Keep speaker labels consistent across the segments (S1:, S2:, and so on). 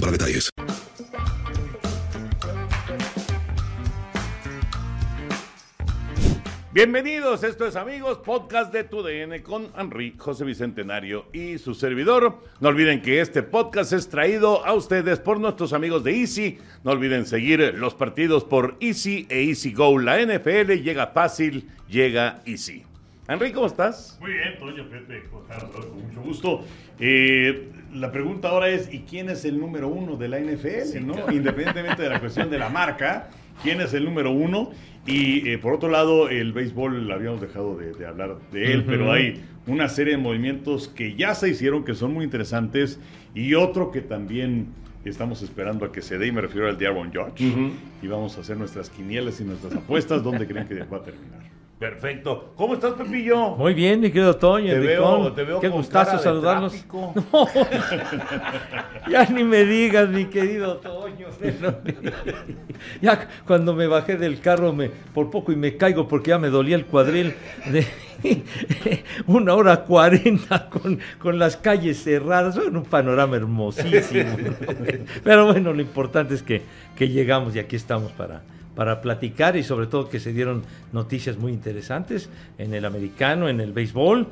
S1: para detalles.
S2: Bienvenidos, esto es amigos, podcast de TUDN con Henry, José Bicentenario y su servidor. No olviden que este podcast es traído a ustedes por nuestros amigos de Easy. No olviden seguir los partidos por Easy e Easy Go. La NFL llega fácil, llega Easy. Henry, ¿cómo estás?
S3: Muy bien, Toño, Pepe, Juan Carlos, con mucho gusto. Eh, la pregunta ahora es, ¿y quién es el número uno de la NFL? ¿no? Independientemente de la cuestión de la marca, ¿quién es el número uno? Y eh, por otro lado, el béisbol, habíamos dejado de, de hablar de él, pero hay una serie de movimientos que ya se hicieron, que son muy interesantes, y otro que también estamos esperando a que se dé, y me refiero al de Aaron Judge, y vamos a hacer nuestras quinielas y nuestras apuestas, ¿dónde creen que va a terminar?
S2: Perfecto. ¿Cómo estás, Pepillo?
S4: Muy bien, mi querido Toño.
S2: Te veo-
S4: Enricón.
S2: te veo
S4: Qué
S2: con
S4: gustazo
S2: cara de
S4: saludarlos.
S2: tráfico.
S4: No. ya ni me digas, mi querido Toño. ya cuando me bajé del carro, me, por poco y me caigo porque ya me dolía el cuadril de una hora cuarenta con, con las calles cerradas. Bueno, un panorama hermosísimo. Pero bueno, lo importante es que, que llegamos y aquí estamos para, para platicar y sobre todo que se dieron noticias muy interesantes en el americano, en el béisbol.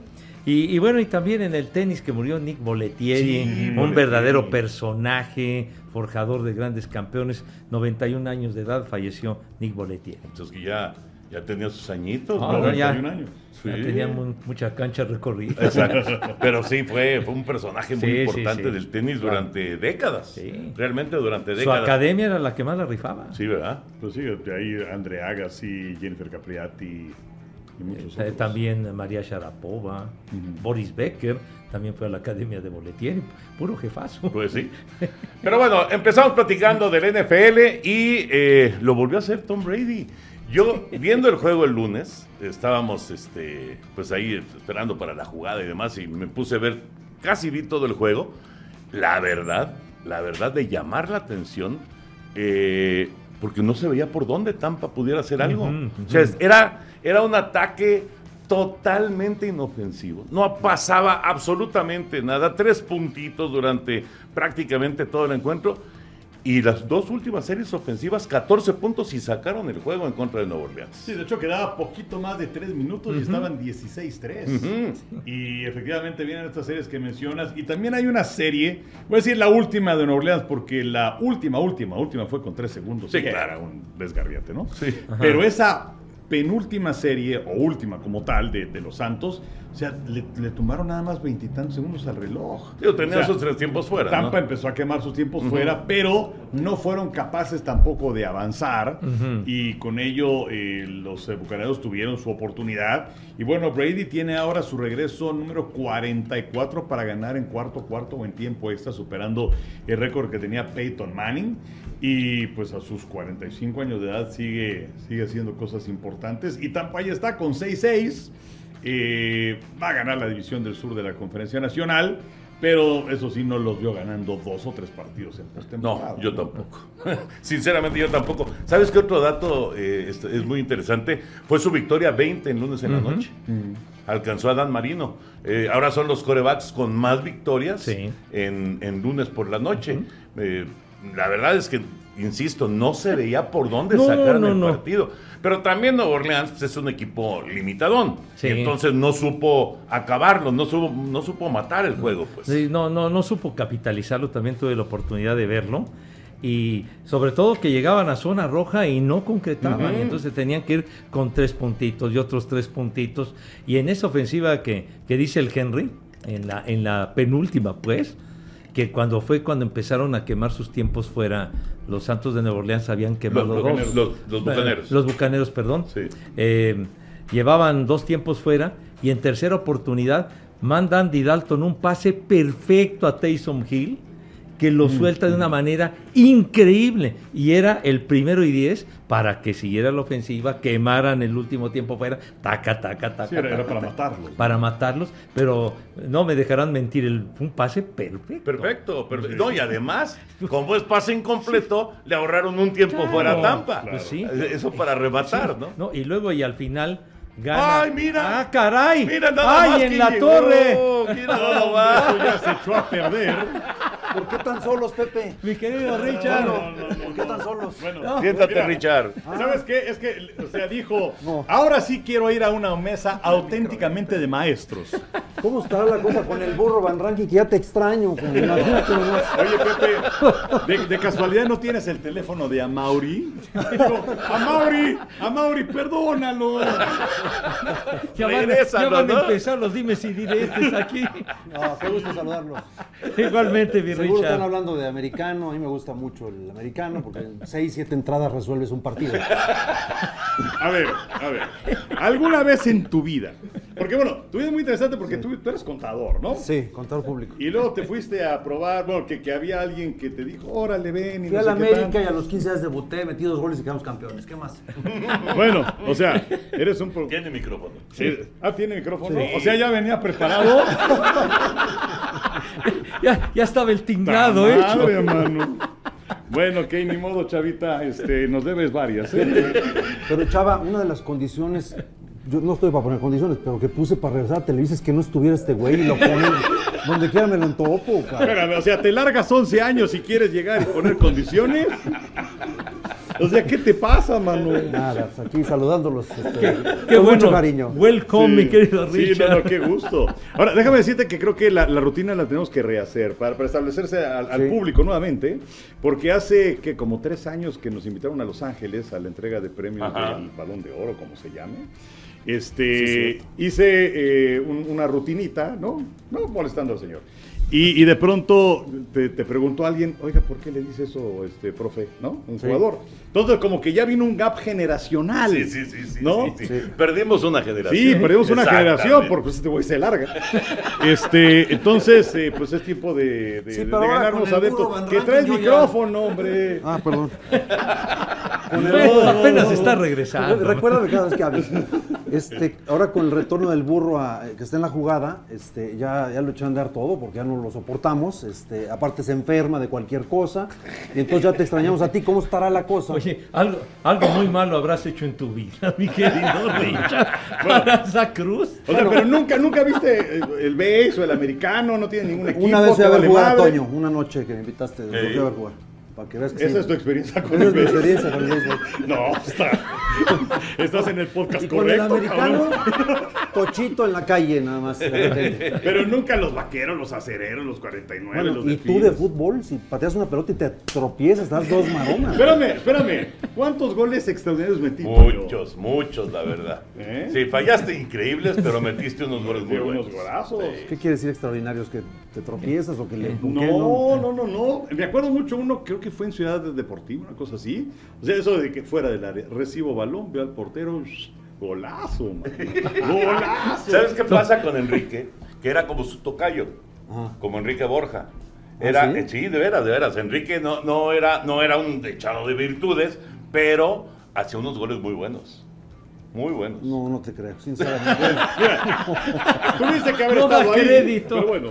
S4: Y, y bueno, y también en el tenis que murió Nick Boletieri,
S3: Sí,
S4: un
S3: Bollettieri.
S4: verdadero personaje, forjador de grandes campeones, 91 años de edad falleció Nick Boletieri.
S2: Entonces que ya, ya tenía sus añitos,
S4: Ah,
S2: ¿no?
S4: no, ya,
S3: 91 años.
S4: ya
S2: Sí.
S4: tenía mu- mucha cancha recorrida.
S2: Exacto. Pero sí, fue, fue un personaje muy
S4: Sí, sí,
S2: importante
S4: sí.
S2: del tenis durante décadas.
S4: Sí.
S2: Realmente durante
S4: Su
S2: décadas.
S4: academia era la que más la rifaba.
S2: Sí, ¿verdad?
S3: Pues sí, de ahí André Agassi, Jennifer Capriati y muchos
S4: Eh,
S3: otros.
S4: También María Sharapova, Boris Becker, también fue a la academia de Boletieri, puro jefazo.
S2: Pues sí. Pero bueno, empezamos platicando del NFL y eh, lo volvió a hacer Tom Brady. Yo, viendo el juego el lunes, estábamos este, pues ahí esperando para la jugada y demás, y me puse a ver, casi vi todo el juego. La verdad, la verdad de llamar la atención, eh, porque no se veía por dónde Tampa pudiera hacer algo.
S4: Ujú,
S2: O sea, es- era, era un ataque totalmente inofensivo. No pasaba absolutamente nada. Tres puntitos durante prácticamente todo el encuentro. Y las dos últimas series ofensivas, 14 puntos y sacaron el juego en contra de Nueva Orleans.
S3: Sí, de hecho quedaba poquito más de tres minutos y estaban 16-3.
S2: Ujú.
S3: Y efectivamente vienen estas series que mencionas. Y también hay una serie, voy a decir la última de Nueva Orleans, porque la última, última, última fue con tres segundos.
S2: Sí,
S3: Ya
S2: claro.
S3: Era un desgarriate, ¿no? Sí. Pero esa penúltima serie, o última como tal, de, de los Santos, o sea, le, le tomaron nada más veintitantos segundos al reloj.
S2: Digo, tenía
S3: O sea,
S2: esos tres tiempos fuera. ¿no?
S3: Tampa empezó a quemar sus tiempos fuera, pero no fueron capaces tampoco de avanzar
S4: Ujú.
S3: y con ello eh, los eh, bucaneros tuvieron su oportunidad. Y bueno, Brady tiene ahora su regreso número 44 para ganar en cuarto, cuarto o en tiempo extra, superando el récord que tenía Peyton Manning. Y pues a sus 45 años de edad sigue, sigue haciendo cosas importantes. Y Tampa ya está con 6-6. Eh, va a ganar la división del sur de la Conferencia Nacional, pero eso sí no los vio ganando dos o tres partidos en postemporada.
S2: No, yo tampoco. Sinceramente, yo tampoco. ¿Sabes qué otro dato eh, es, es muy interesante? Fue su victoria 20 en lunes en la noche.
S4: Mm.
S2: Alcanzó a Dan Marino. Eh, ahora son los corebacks con más victorias
S4: Sí.
S2: en, en lunes por la noche. Eh, la verdad es que, insisto, no se veía por dónde
S4: No,
S2: sacaran
S4: no,
S2: el
S4: no.
S2: partido. Pero también Nueva Orleans pues, es un equipo limitadón.
S4: Sí.
S2: Entonces no supo acabarlo, no supo, no supo matar el juego. Pues.
S4: Sí, no, no, no supo capitalizarlo, también tuve la oportunidad de verlo. Y sobre todo que llegaban a zona roja y no concretaban,
S2: Ujú.
S4: entonces tenían que ir con tres puntitos y otros tres puntitos. Y en esa ofensiva que, que dice el Henry, en la, en la penúltima pues, que cuando fue cuando empezaron a quemar sus tiempos fuera, los Santos de Nueva Orleans habían quemado
S2: Los
S4: dos.
S2: Bucaneros, los- los Bucaneros.
S4: Eh, los bucaneros, perdón.
S2: Sí.
S4: Eh, llevaban dos tiempos fuera y en tercera oportunidad manda Andy Dalton un pase perfecto a Taysom Hill que lo suelta de una manera increíble. Y era el primero y diez para que siguiera la ofensiva, quemaran el último tiempo fuera, taca, taca, taca.
S3: Sí, era, era
S4: taca,
S3: para
S4: taca,
S3: matarlos.
S4: para matarlos, pero no me dejarán mentir, el, fue un pase perfecto.
S2: Perfecto, perfecto. No, y además, como es pase incompleto, le ahorraron un tiempo
S4: Claro,
S2: fuera a Tampa.
S4: pues sí.
S2: Eso para rematar, ¿no?
S4: No, y luego y al final gana.
S2: ¡Ay, mira!
S4: ¡Ah, caray!
S2: Mira nada
S4: ¡Ay,
S2: más
S4: en
S2: que
S4: la
S2: llegó,
S4: torre!
S2: Mira nada más.
S3: Esto ya se echó a perder.
S5: ¿Por qué tan solos, Pepe?
S4: Mi querido Richard.
S5: ¿Por qué tan solos?
S3: Bueno, pues
S2: Siéntate,
S3: mira,
S2: Richard.
S3: ¿Sabes qué? Es que, o sea, dijo,
S5: No.
S3: ahora sí quiero ir a una mesa auténticamente de maestros.
S5: ¿Cómo estará la cosa con el burro Van Ranking? Que ya te extraño. como, imagínate nomás.
S3: Oye, Pepe, de, de casualidad no tienes el teléfono de Amauri. Dijo, Amauri, Amauri, perdónalo.
S4: Ya van,
S2: Regrésalo,
S4: ya van
S2: ¿no?
S4: a empezar los dimes y diretes aquí.
S5: No, qué gusto saludarlos.
S4: Igualmente, mi
S5: Seguro están
S4: Richard.
S5: hablando de americano. A mí me gusta mucho el americano porque en 6, 7 entradas resuelves un partido.
S3: A ver, a ver. ¿Alguna vez en tu vida? Porque bueno, tu vida es muy interesante porque tú, tú eres contador, ¿no?
S5: Sí, contador público.
S3: Y luego te fuiste a probar, bueno, que, que había alguien que te dijo, órale, ven. Y
S5: Fui
S3: no
S5: a
S3: sé
S5: la
S3: qué
S5: América
S3: tanto.
S5: y a los 15 días debuté, metí dos goles y quedamos campeones. ¿Qué más?
S3: Bueno, o sea, eres un... pro-
S2: Tiene micrófono.
S3: Sí. Ah, tiene micrófono. O sea, ya venía preparado.
S4: Ya, ya estaba el tinglado hecho.
S3: Madre, mano. Bueno, que ni modo, chavita, este, nos debes varias. ¿eh?
S5: Pero Chava, una de las condiciones, yo no estoy para poner condiciones, pero que puse para regresar a Televisa es que no estuviera este güey y lo ponen donde quiera me lo entopo, cabrón.
S3: Espérame, o sea, te largas 11 años si quieres llegar y poner condiciones. O sea, ¿qué te pasa, mano?
S5: Nada, pues aquí saludándolos. este,
S4: Qué
S5: con
S4: bueno.
S5: mucho cariño.
S4: Welcome, mi querido
S3: Sí,
S4: Richard.
S3: no, no, qué gusto. Ahora, déjame decirte que creo que la, la rutina la tenemos que rehacer para, para establecerse al, al
S5: Sí.
S3: público nuevamente, porque hace que como tres años que nos invitaron a Los Ángeles a la entrega de premios
S2: Ajá.
S3: del Balón de Oro, como se llame. Este, hice eh, un- una rutinita, ¿no? No molestando al señor. Y, y de pronto te, te preguntó alguien, oiga, ¿por qué le dice eso, este, profe, no? Un jugador. Entonces, como que ya vino un gap generacional.
S2: Sí, sí, sí, sí,
S3: ¿No?
S2: sí, sí. Perdimos una generación.
S3: Sí, perdimos una
S2: Exactamente.
S3: generación porque este güey se larga. Este, entonces, eh, pues es tiempo de, de,
S5: Sí,
S3: de-
S5: pero
S3: de
S5: ahora
S3: ganarnos
S5: con el
S3: adentro.
S5: burro Van
S3: Que traes
S5: Ranking yo ya-
S3: micrófono, hombre.
S5: Ah, perdón.
S4: Bueno, apenas está regresando.
S5: Recuérdame cada vez que hables. Este, ahora con el retorno del burro a- eh, que está en la jugada, este, ya, ya lo echan a andar todo porque ya no lo soportamos. Este, aparte se enferma de cualquier cosa. Y entonces ya te extrañamos a ti. ¿Cómo estará la cosa?
S4: Oye, algo, algo muy malo habrás hecho en tu vida, mi querido Richard. Para esa cruz.
S3: O sea, pero nunca, nunca viste eh, el beso, el americano, no tiene ningún equipo.
S5: Una vez fui
S3: te
S5: a ver
S3: vale
S5: jugar a
S3: madre.
S5: Toño, una noche que me invitaste, lo fui a ver jugar. Para que veas que
S3: Esa
S5: sí.
S3: es tu experiencia con
S5: Esa
S3: el
S5: es mi
S3: beso.
S5: experiencia con el béisbol.
S3: No, está. Estás en el podcast
S5: Y con el
S3: correcto.
S5: americano,
S3: cabrón.
S5: tochito en la calle nada más. de repente.
S3: Pero nunca los vaqueros, los acereros, los 49,
S5: Bueno,
S3: los
S5: y tú de
S3: delfines.
S5: fútbol, si pateas una pelota y te tropiezas, das dos maromas.
S3: Espérame, espérame. ¿Cuántos goles extraordinarios metiste?
S2: Muchos, muchos, la verdad.
S3: ¿Eh?
S2: Sí, fallaste increíbles, pero metiste unos goles muy
S3: De
S2: buenos.
S3: unos golazos.
S5: ¿Qué quiere decir extraordinarios? ¿Que te tropiezas o que
S4: Eh,
S5: le o qué,
S3: No, no, no, no. Me acuerdo mucho uno, creo que fue en Ciudad Deportiva, una cosa así. O sea, eso de que fuera del área, recibo balón, veo al portero, sh, golazo, man. golazo.
S2: ¿Sabes qué pasa con Enrique? Que era como su tocayo,
S5: Ajá.
S2: como Enrique Borja.
S5: ¿Ah,
S2: Era,
S5: sí?
S2: eh, sí? de veras, de veras. Enrique no, no, era, no era un echado de virtudes, pero hacía unos goles muy buenos. Muy buenos.
S5: No, no te creo, sinceramente.
S3: Tuviste que haber
S4: No da
S3: estado ahí.
S4: crédito.
S3: Pero bueno,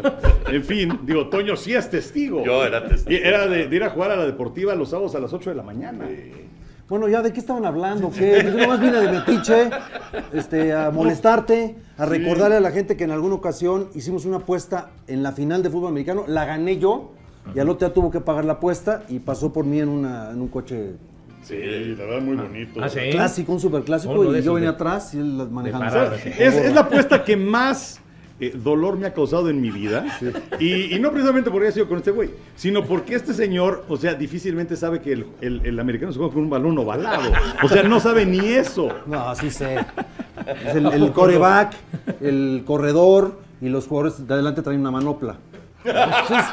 S3: en fin, digo, Toño sí es testigo.
S2: Yo era testigo.
S3: Y Era de, de ir a jugar a la Deportiva los sábados a las 8 de la mañana.
S5: bueno, ya, ¿de qué estaban hablando? ¿Qué? Yo nomás vine de metiche este, a molestarte, a recordarle a la gente que en alguna ocasión hicimos una apuesta en la final de fútbol americano, la gané yo, y al otro día tuvo que pagar la apuesta y pasó por mí en, una, en un coche
S3: Sí, la verdad, muy bonito.
S4: Ah, sí.
S5: clásico, un superclásico,
S4: Uno de
S5: y yo
S4: esos
S5: venía
S4: de-
S5: atrás y él manejando.
S3: O
S4: de
S3: sea,
S4: parada, sí.
S3: es, es la apuesta que más eh, dolor me ha causado en mi vida. Y, y no precisamente porque haya sido con este güey, sino porque este señor, o sea, difícilmente sabe que el, el- el americano se juega con un balón ovalado. O sea, no sabe ni eso.
S5: No, sí sé. Es el, el coreback, el corredor y los jugadores de adelante traen una manopla. Eso Es,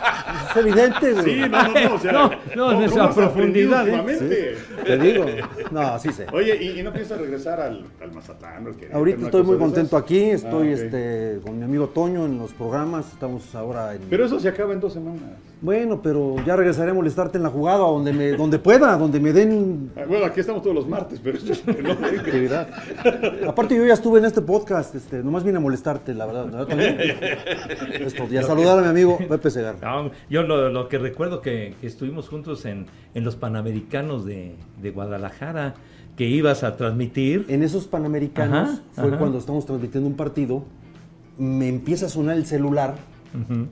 S5: es evidente, güey.
S3: Sí, no, no, no. O sea,
S4: No, no, en
S3: ¿cómo
S4: esa
S3: has aprendido
S4: profundidad, ¿eh?
S3: últimamente?
S5: Te digo. No, sí sé.
S3: Oye, ¿y, y no piensas regresar al, al Mazatlán? al Querétaro,
S5: Ahorita
S3: una
S5: estoy
S3: cosa
S5: muy
S3: de esas?
S5: contento aquí, estoy
S3: Ah, ok.
S5: este, con mi amigo Toño en los programas, estamos ahora en...
S3: Pero eso se acaba en dos semanas.
S5: Bueno, pero ya regresaré a molestarte en la jugada, donde me, donde pueda, donde me den.
S3: Ah, Bueno, aquí estamos todos los martes, pero esto es que no
S5: actividad. Aparte, yo ya estuve en este podcast, este, nomás vine a molestarte, la verdad. ¿verdad, Toño? Esto, y a saludar a mi amigo Pepe Segarra.
S4: No, yo lo, lo que recuerdo que, que estuvimos juntos en, en los Panamericanos de, de Guadalajara, que ibas a transmitir.
S5: En esos panamericanos
S4: Ajá,
S5: fue
S4: ajá.
S5: cuando estamos transmitiendo un partido, me empieza a sonar el celular.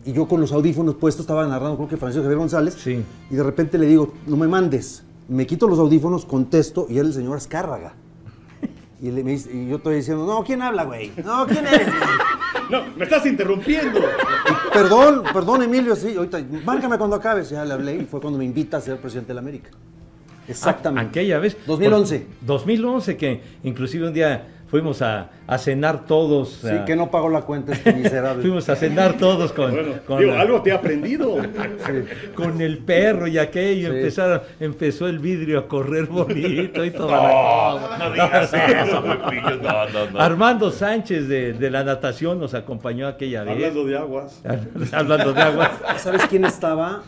S5: Y yo con los audífonos puestos estaba narrando, creo que Francisco Javier González.
S4: Sí.
S5: Y de repente le digo, no me mandes. Me quito los audífonos, contesto, y era el señor Azcárraga. Y, le- me dice- y yo estoy diciendo, no, ¿quién habla, güey? No, ¿quién eres?
S3: No, me estás interrumpiendo.
S5: perdón, perdón, Emilio, sí, ahorita, márcame cuando acabes. Ya le hablé y fue cuando me invita a ser presidente de la América. Exactamente.
S4: Ah, Aquella vez.
S5: 2011.
S4: Por- 2011, que inclusive un día fuimos a, a cenar todos.
S5: Sí,
S4: a-
S5: que no pagó la cuenta este miserable.
S4: Fuimos a cenar todos con,
S3: Bueno,
S4: con
S3: digo,
S4: la-
S3: algo te he aprendido.
S4: con el perro y aquello.
S5: Sí.
S4: Empezaron, empezó el vidrio a correr bonito y todo.
S2: No, no digas eso, Pepillo. No, no, no.
S4: Armando Sánchez de, de la natación nos acompañó aquella vez.
S3: Hablando de aguas.
S4: Hablando de aguas.
S5: ¿Sabes quién estaba?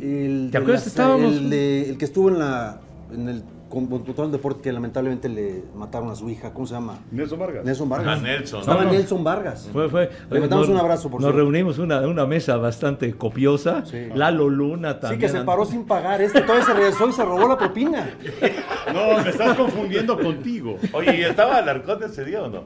S5: El
S4: ¿Te
S5: de
S4: acuerdas?
S5: las-
S4: Estábamos-
S5: El, de- el que estuvo en la en el con, con todo el deporte que lamentablemente le mataron a su hija. ¿Cómo se llama?
S3: Nelson Vargas.
S5: Nelson Vargas.
S2: Ah, Nelson.
S5: Estaba
S4: No, no.
S5: Nelson Vargas.
S4: Fue, fue-
S5: Le mandamos
S4: nos-
S5: un abrazo, por
S4: Nos
S5: cierto.
S4: reunimos en una, una mesa bastante copiosa.
S5: Sí.
S4: Lalo Luna
S5: Sí,
S4: también.
S5: que se paró sin pagar. Este todavía se regresó y se robó la propina.
S3: No, me estás confundiendo contigo.
S2: Oye, ¿y estaba Alarcón ese día o no?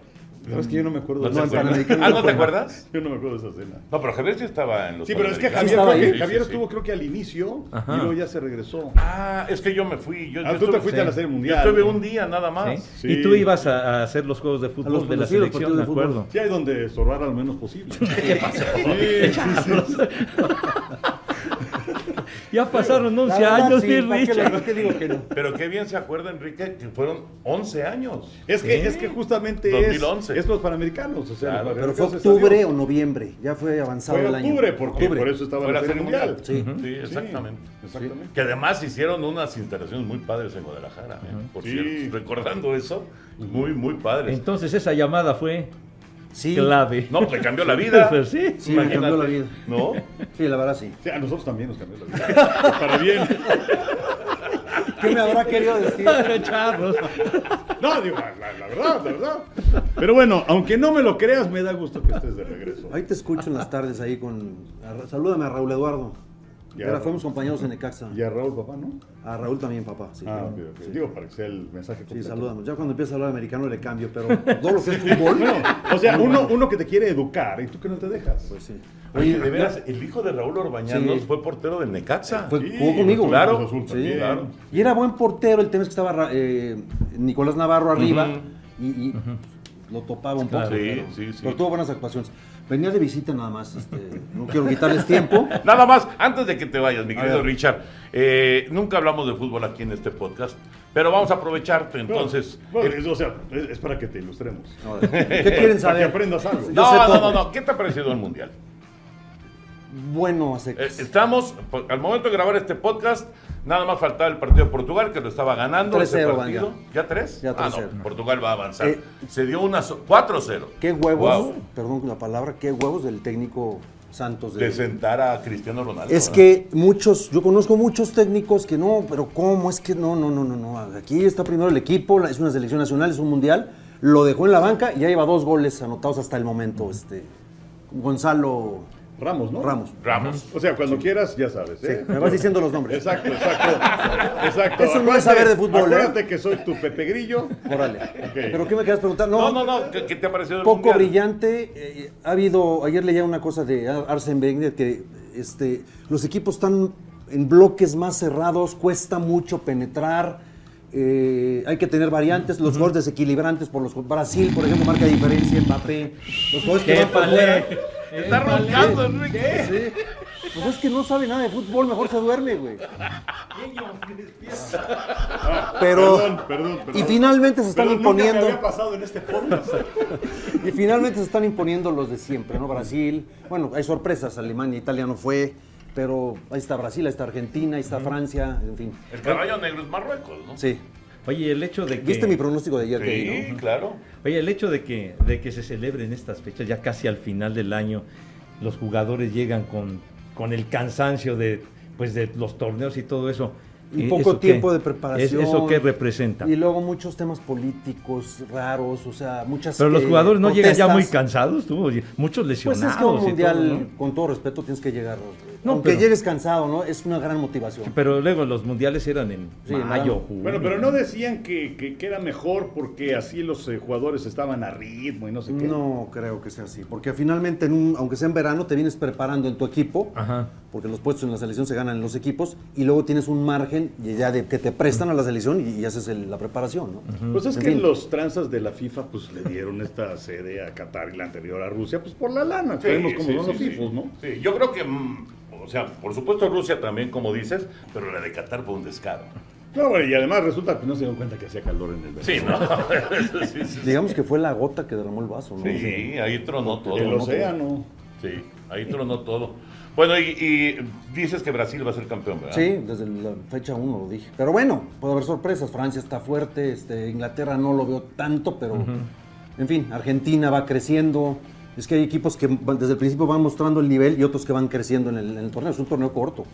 S3: Es que yo no me acuerdo
S2: ¿No
S3: de
S2: te
S3: esa
S5: No, en
S3: cena.
S2: acuerdas? Ah,
S5: Panamericano
S2: ¿no
S5: no
S2: te
S5: fue.
S2: acuerdas?
S3: Yo no me acuerdo de esa cena.
S2: No, pero Javier sí estaba en los
S3: Sí, pero es que
S2: Panamericanos.
S3: Javier,
S5: estaba
S3: creo que
S5: ahí.
S3: Javier
S2: Sí, sí, sí.
S3: estuvo creo que al inicio
S4: Ajá.
S3: y luego ya se regresó.
S2: Ah, es que yo me fui. Yo, yo
S3: Ah, tú te
S2: estuve-
S3: fuiste
S4: sí.
S3: a la Serie
S2: Yo
S3: Mundial.
S2: estuve un día nada
S4: ¿Sí?
S2: más.
S3: Sí.
S4: Y tú ibas a, a hacer los juegos de fútbol
S5: Ah, los-
S4: de la
S5: sí, los
S4: selección,
S5: partidos
S4: me
S5: de fútbol.
S4: acuerdo.
S3: Sí hay donde sorbar al menos posible. ¿Qué pasó? Sí, sí, sí.
S4: Ya pasaron 11
S5: La verdad,
S4: años,
S5: sí,
S4: mi
S5: ¿para qué
S4: Richard.
S5: le- ¿Qué digo que no?
S2: Pero qué bien se acuerda, Enrique, que fueron 11 años.
S3: Es que, es que justamente es-
S2: 2011.
S3: Es, los panamericanos. O sea,
S2: Claro,
S3: los
S5: Pero fue
S3: Panamericanos se
S5: octubre
S3: salió.
S5: o noviembre. Ya fue avanzado
S3: Fue
S5: el año.
S3: octubre, porque por eso estaba
S2: Fue
S3: en la Serie Mundial.
S2: Sí,
S5: Sí.
S2: sí, exactamente.
S3: Exactamente.
S2: Que además hicieron unas instalaciones muy padres en Guadalajara, ¿eh? por
S3: Sí.
S2: cierto. Recordando eso, muy, muy padres.
S4: Entonces esa llamada fue
S5: Sí.
S4: clave.
S2: No, te cambió la vida.
S4: Pues sí.
S5: Sí, me cambió la
S2: Imagínate.
S5: vida.
S2: ¿No?
S5: Sí, la verdad sí.
S3: Sí, a nosotros también nos cambió la vida. Para bien.
S5: ¿Qué me habrá querido decir?
S4: Charros.
S3: No, digo, la, la- la verdad, la verdad. Pero bueno, aunque no me lo creas, me da gusto que estés de regreso.
S5: Ahí te escucho en las tardes ahí con. a Ra- Salúdame a Raúl Eduardo.
S3: Ya,
S5: Ahora
S3: Raúl.
S5: fuimos compañeros en Necaxa.
S3: Y a Raúl, papá, ¿no?
S5: A Raúl también, papá. Sí,
S3: Ah, ok,
S5: claro.
S3: ok. Digo, para que sea el mensaje
S5: Sí,
S3: completo.
S5: salúdame. Ya cuando empieza a hablar americano le cambio, pero todo lo que es fútbol.
S3: Bueno, o sea, uno, uno que te quiere educar y tú que no te dejas.
S5: Pues sí.
S2: Oye, de veras, el hijo de Raúl Orbañanos
S5: Sí.
S2: fue portero del Necaxa.
S5: Fue-
S3: Sí,
S5: jugó conmigo.
S3: claro.
S2: Claro,
S3: Azul
S5: sí,
S3: también.
S2: claro.
S5: Y era buen portero, el tema es que estaba Ra- eh, Nicolás Navarro arriba y, y lo topaba un poco.
S2: Claro. Sí,
S5: pero-
S2: sí, sí.
S5: Pero tuvo buenas actuaciones. Venía de visita nada más, este, no quiero quitarles tiempo.
S2: Nada más, antes de que te vayas, mi querido
S5: ver.
S2: Richard, eh, nunca hablamos de fútbol aquí en este podcast, pero vamos a aprovecharte entonces.
S3: No,
S2: Eh,
S3: es- o sea, es, es para que te ilustremos.
S5: No, ¿Qué quieren
S3: Para que
S5: saber?
S3: aprendas algo.
S5: yo sé
S2: no, no,
S5: todo.
S2: no, no, ¿qué te ha parecido el Mundial?
S5: Bueno, a
S2: Eh,
S5: secas.
S2: estamos, por- al momento de grabar este podcast, nada más faltaba el partido de Portugal, que lo estaba ganando. ese
S5: 3-0 van
S2: partido. ¿Ya tres?
S5: Ya
S2: ah,
S5: 3-0.
S2: no, Portugal va a avanzar.
S5: Eh,
S2: Se dio una so- 4-0.
S5: Qué huevos,
S2: Wow.
S5: perdón la palabra, qué huevos del técnico Santos. de-
S2: De sentar a Cristiano Ronaldo.
S5: Es
S2: ¿no?
S5: que muchos, yo conozco muchos técnicos que no, pero ¿cómo? Es que no, no, no, no, no. Aquí está primero el equipo, la- es una selección nacional, es un mundial. Lo dejó en la banca y ya lleva dos goles anotados hasta el momento. Este, Gonzalo
S3: Ramos, ¿no?
S5: Ramos.
S2: Ramos.
S3: O sea, cuando quieras, ya sabes.
S5: Sí,
S3: ¿eh?
S5: me vas diciendo los nombres.
S3: Exacto, exacto. exacto.
S5: Eso no
S3: Acuérdate-
S5: es saber de fútbol, ¿eh?
S3: Acuérdate que soy tu Pepe Grillo.
S5: Órale. ¿Pero
S3: Ok.
S5: qué me querías preguntar?
S2: No, no, no, ¿qué, qué te ha parecido el
S5: poco
S2: Mundial?
S5: brillante. eh, ha habido, ayer leía una cosa de Ar- Arsene Wenger que este, los equipos están en bloques más cerrados, cuesta mucho penetrar, eh, hay que tener variantes, los goles desequilibrantes por los Brasil, por ejemplo, marca diferencia Mbappé, los goles que van para afuera.
S3: ¿eh?
S2: Está roncando, Enrique.
S5: Sí. Pues es que no sabe nada de fútbol, mejor se duerme, güey. Pero
S3: Perdón, perdón, perdón.
S5: y finalmente se están
S3: Pero nunca me
S5: imponiendo.
S3: había pasado en este podcast.
S5: Y finalmente se están imponiendo los de siempre, ¿no? Brasil. Bueno, hay sorpresas. Alemania, Italia no fue. Pero ahí está Brasil, ahí está Argentina, ahí está Francia, en fin.
S2: El caballo negro es Marruecos, ¿no?
S5: Sí.
S4: Oye, el hecho de que.
S5: ¿Viste mi pronóstico de ayer? que di,
S2: Sí, claro.
S4: Oye, el hecho de que, de que se celebren estas fechas, ya casi al final del año, los jugadores llegan con con el cansancio de, pues, de los torneos y todo eso.
S5: Y
S4: Eh,
S5: poco
S4: ¿eso qué?
S5: tiempo de
S4: ¿Es-
S5: preparación.
S4: ¿Eso qué representa?
S5: Y luego muchos temas políticos raros, o sea, muchas.
S4: Pero los
S5: eh,
S4: jugadores no llegan ya muy
S5: protestas.
S4: cansados, tú, oye, muchos
S5: Pues
S4: lesionados.
S5: es que un
S4: y
S5: mundial,
S4: todo, ¿no?
S5: con todo respeto, tienes que llegar.
S4: No,
S5: Aunque
S4: pero-
S5: llegues cansado, ¿no? Es una gran motivación.
S4: Pero luego los mundiales eran en
S5: Sí,
S4: mayo,
S5: nada.
S4: junio.
S3: Bueno, pero no decían que, que, que era mejor porque así los eh, jugadores estaban a ritmo y no sé qué.
S5: No creo que sea así, porque finalmente, en un- aunque sea en verano, te vienes preparando en tu equipo,
S4: Ajá.
S5: porque los puestos en la selección se ganan en los equipos, y luego tienes un margen y ya de que te prestan a la selección y, y haces el- la preparación, ¿no?
S3: Pues es
S5: En
S3: que
S5: fin.
S3: los tranzas de la FIFA pues le dieron esta sede a Qatar y la anterior a Rusia, pues por la lana.
S2: Sí,
S3: Sabemos cómo
S2: sí,
S3: son
S2: sí,
S3: los
S2: sí.
S3: FIFUs, ¿no?
S2: Sí, yo creo que, mm, o sea, por supuesto Rusia también, como dices, pero la de Qatar fue un descaro.
S3: No, bueno, y además resulta que no se dieron cuenta que hacía calor en el verano.
S2: Sí, ¿no? sí, sí,
S5: Digamos que fue la gota que derramó el vaso, ¿no?
S2: sí, ahí tronó todo.
S3: El
S2: ¿no?
S3: océano.
S2: Sí, ahí tronó todo. Bueno, y, y dices que Brasil va a ser campeón, ¿verdad?
S5: Sí, desde la fecha 1 lo dije. Pero bueno, puede haber sorpresas. Francia está fuerte, este, Inglaterra no lo veo tanto, pero en fin, Argentina va creciendo. Es que hay equipos que van- desde el principio van mostrando el nivel y otros que van creciendo en el, en el torneo. Es un torneo corto.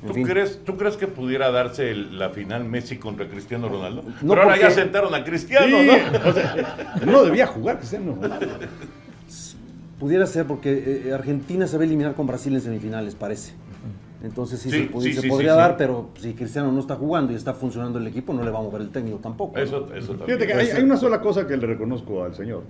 S5: En
S2: ¿Tú
S5: fin.
S2: crees, ¿Tú crees que pudiera darse el- la final Messi contra Cristiano Ronaldo? Pero
S5: No,
S2: ahora ya
S5: porque-
S2: sentaron a Cristiano,
S3: Sí,
S2: ¿no?
S3: o sea, no debía jugar Cristiano Ronaldo.
S5: Pudiera ser porque eh, Argentina se va a eliminar con Brasil en semifinales, parece. Entonces sí,
S2: Sí,
S5: se, pudi-
S2: sí,
S5: se
S2: sí,
S5: podría
S2: sí, sí.
S5: dar, pero si Cristiano no está jugando y está funcionando el equipo, no le va a mover el técnico tampoco. ¿no?
S2: Eso, eso también.
S3: Fíjate que
S5: Pues
S3: hay, hay una sola cosa que le reconozco al señor.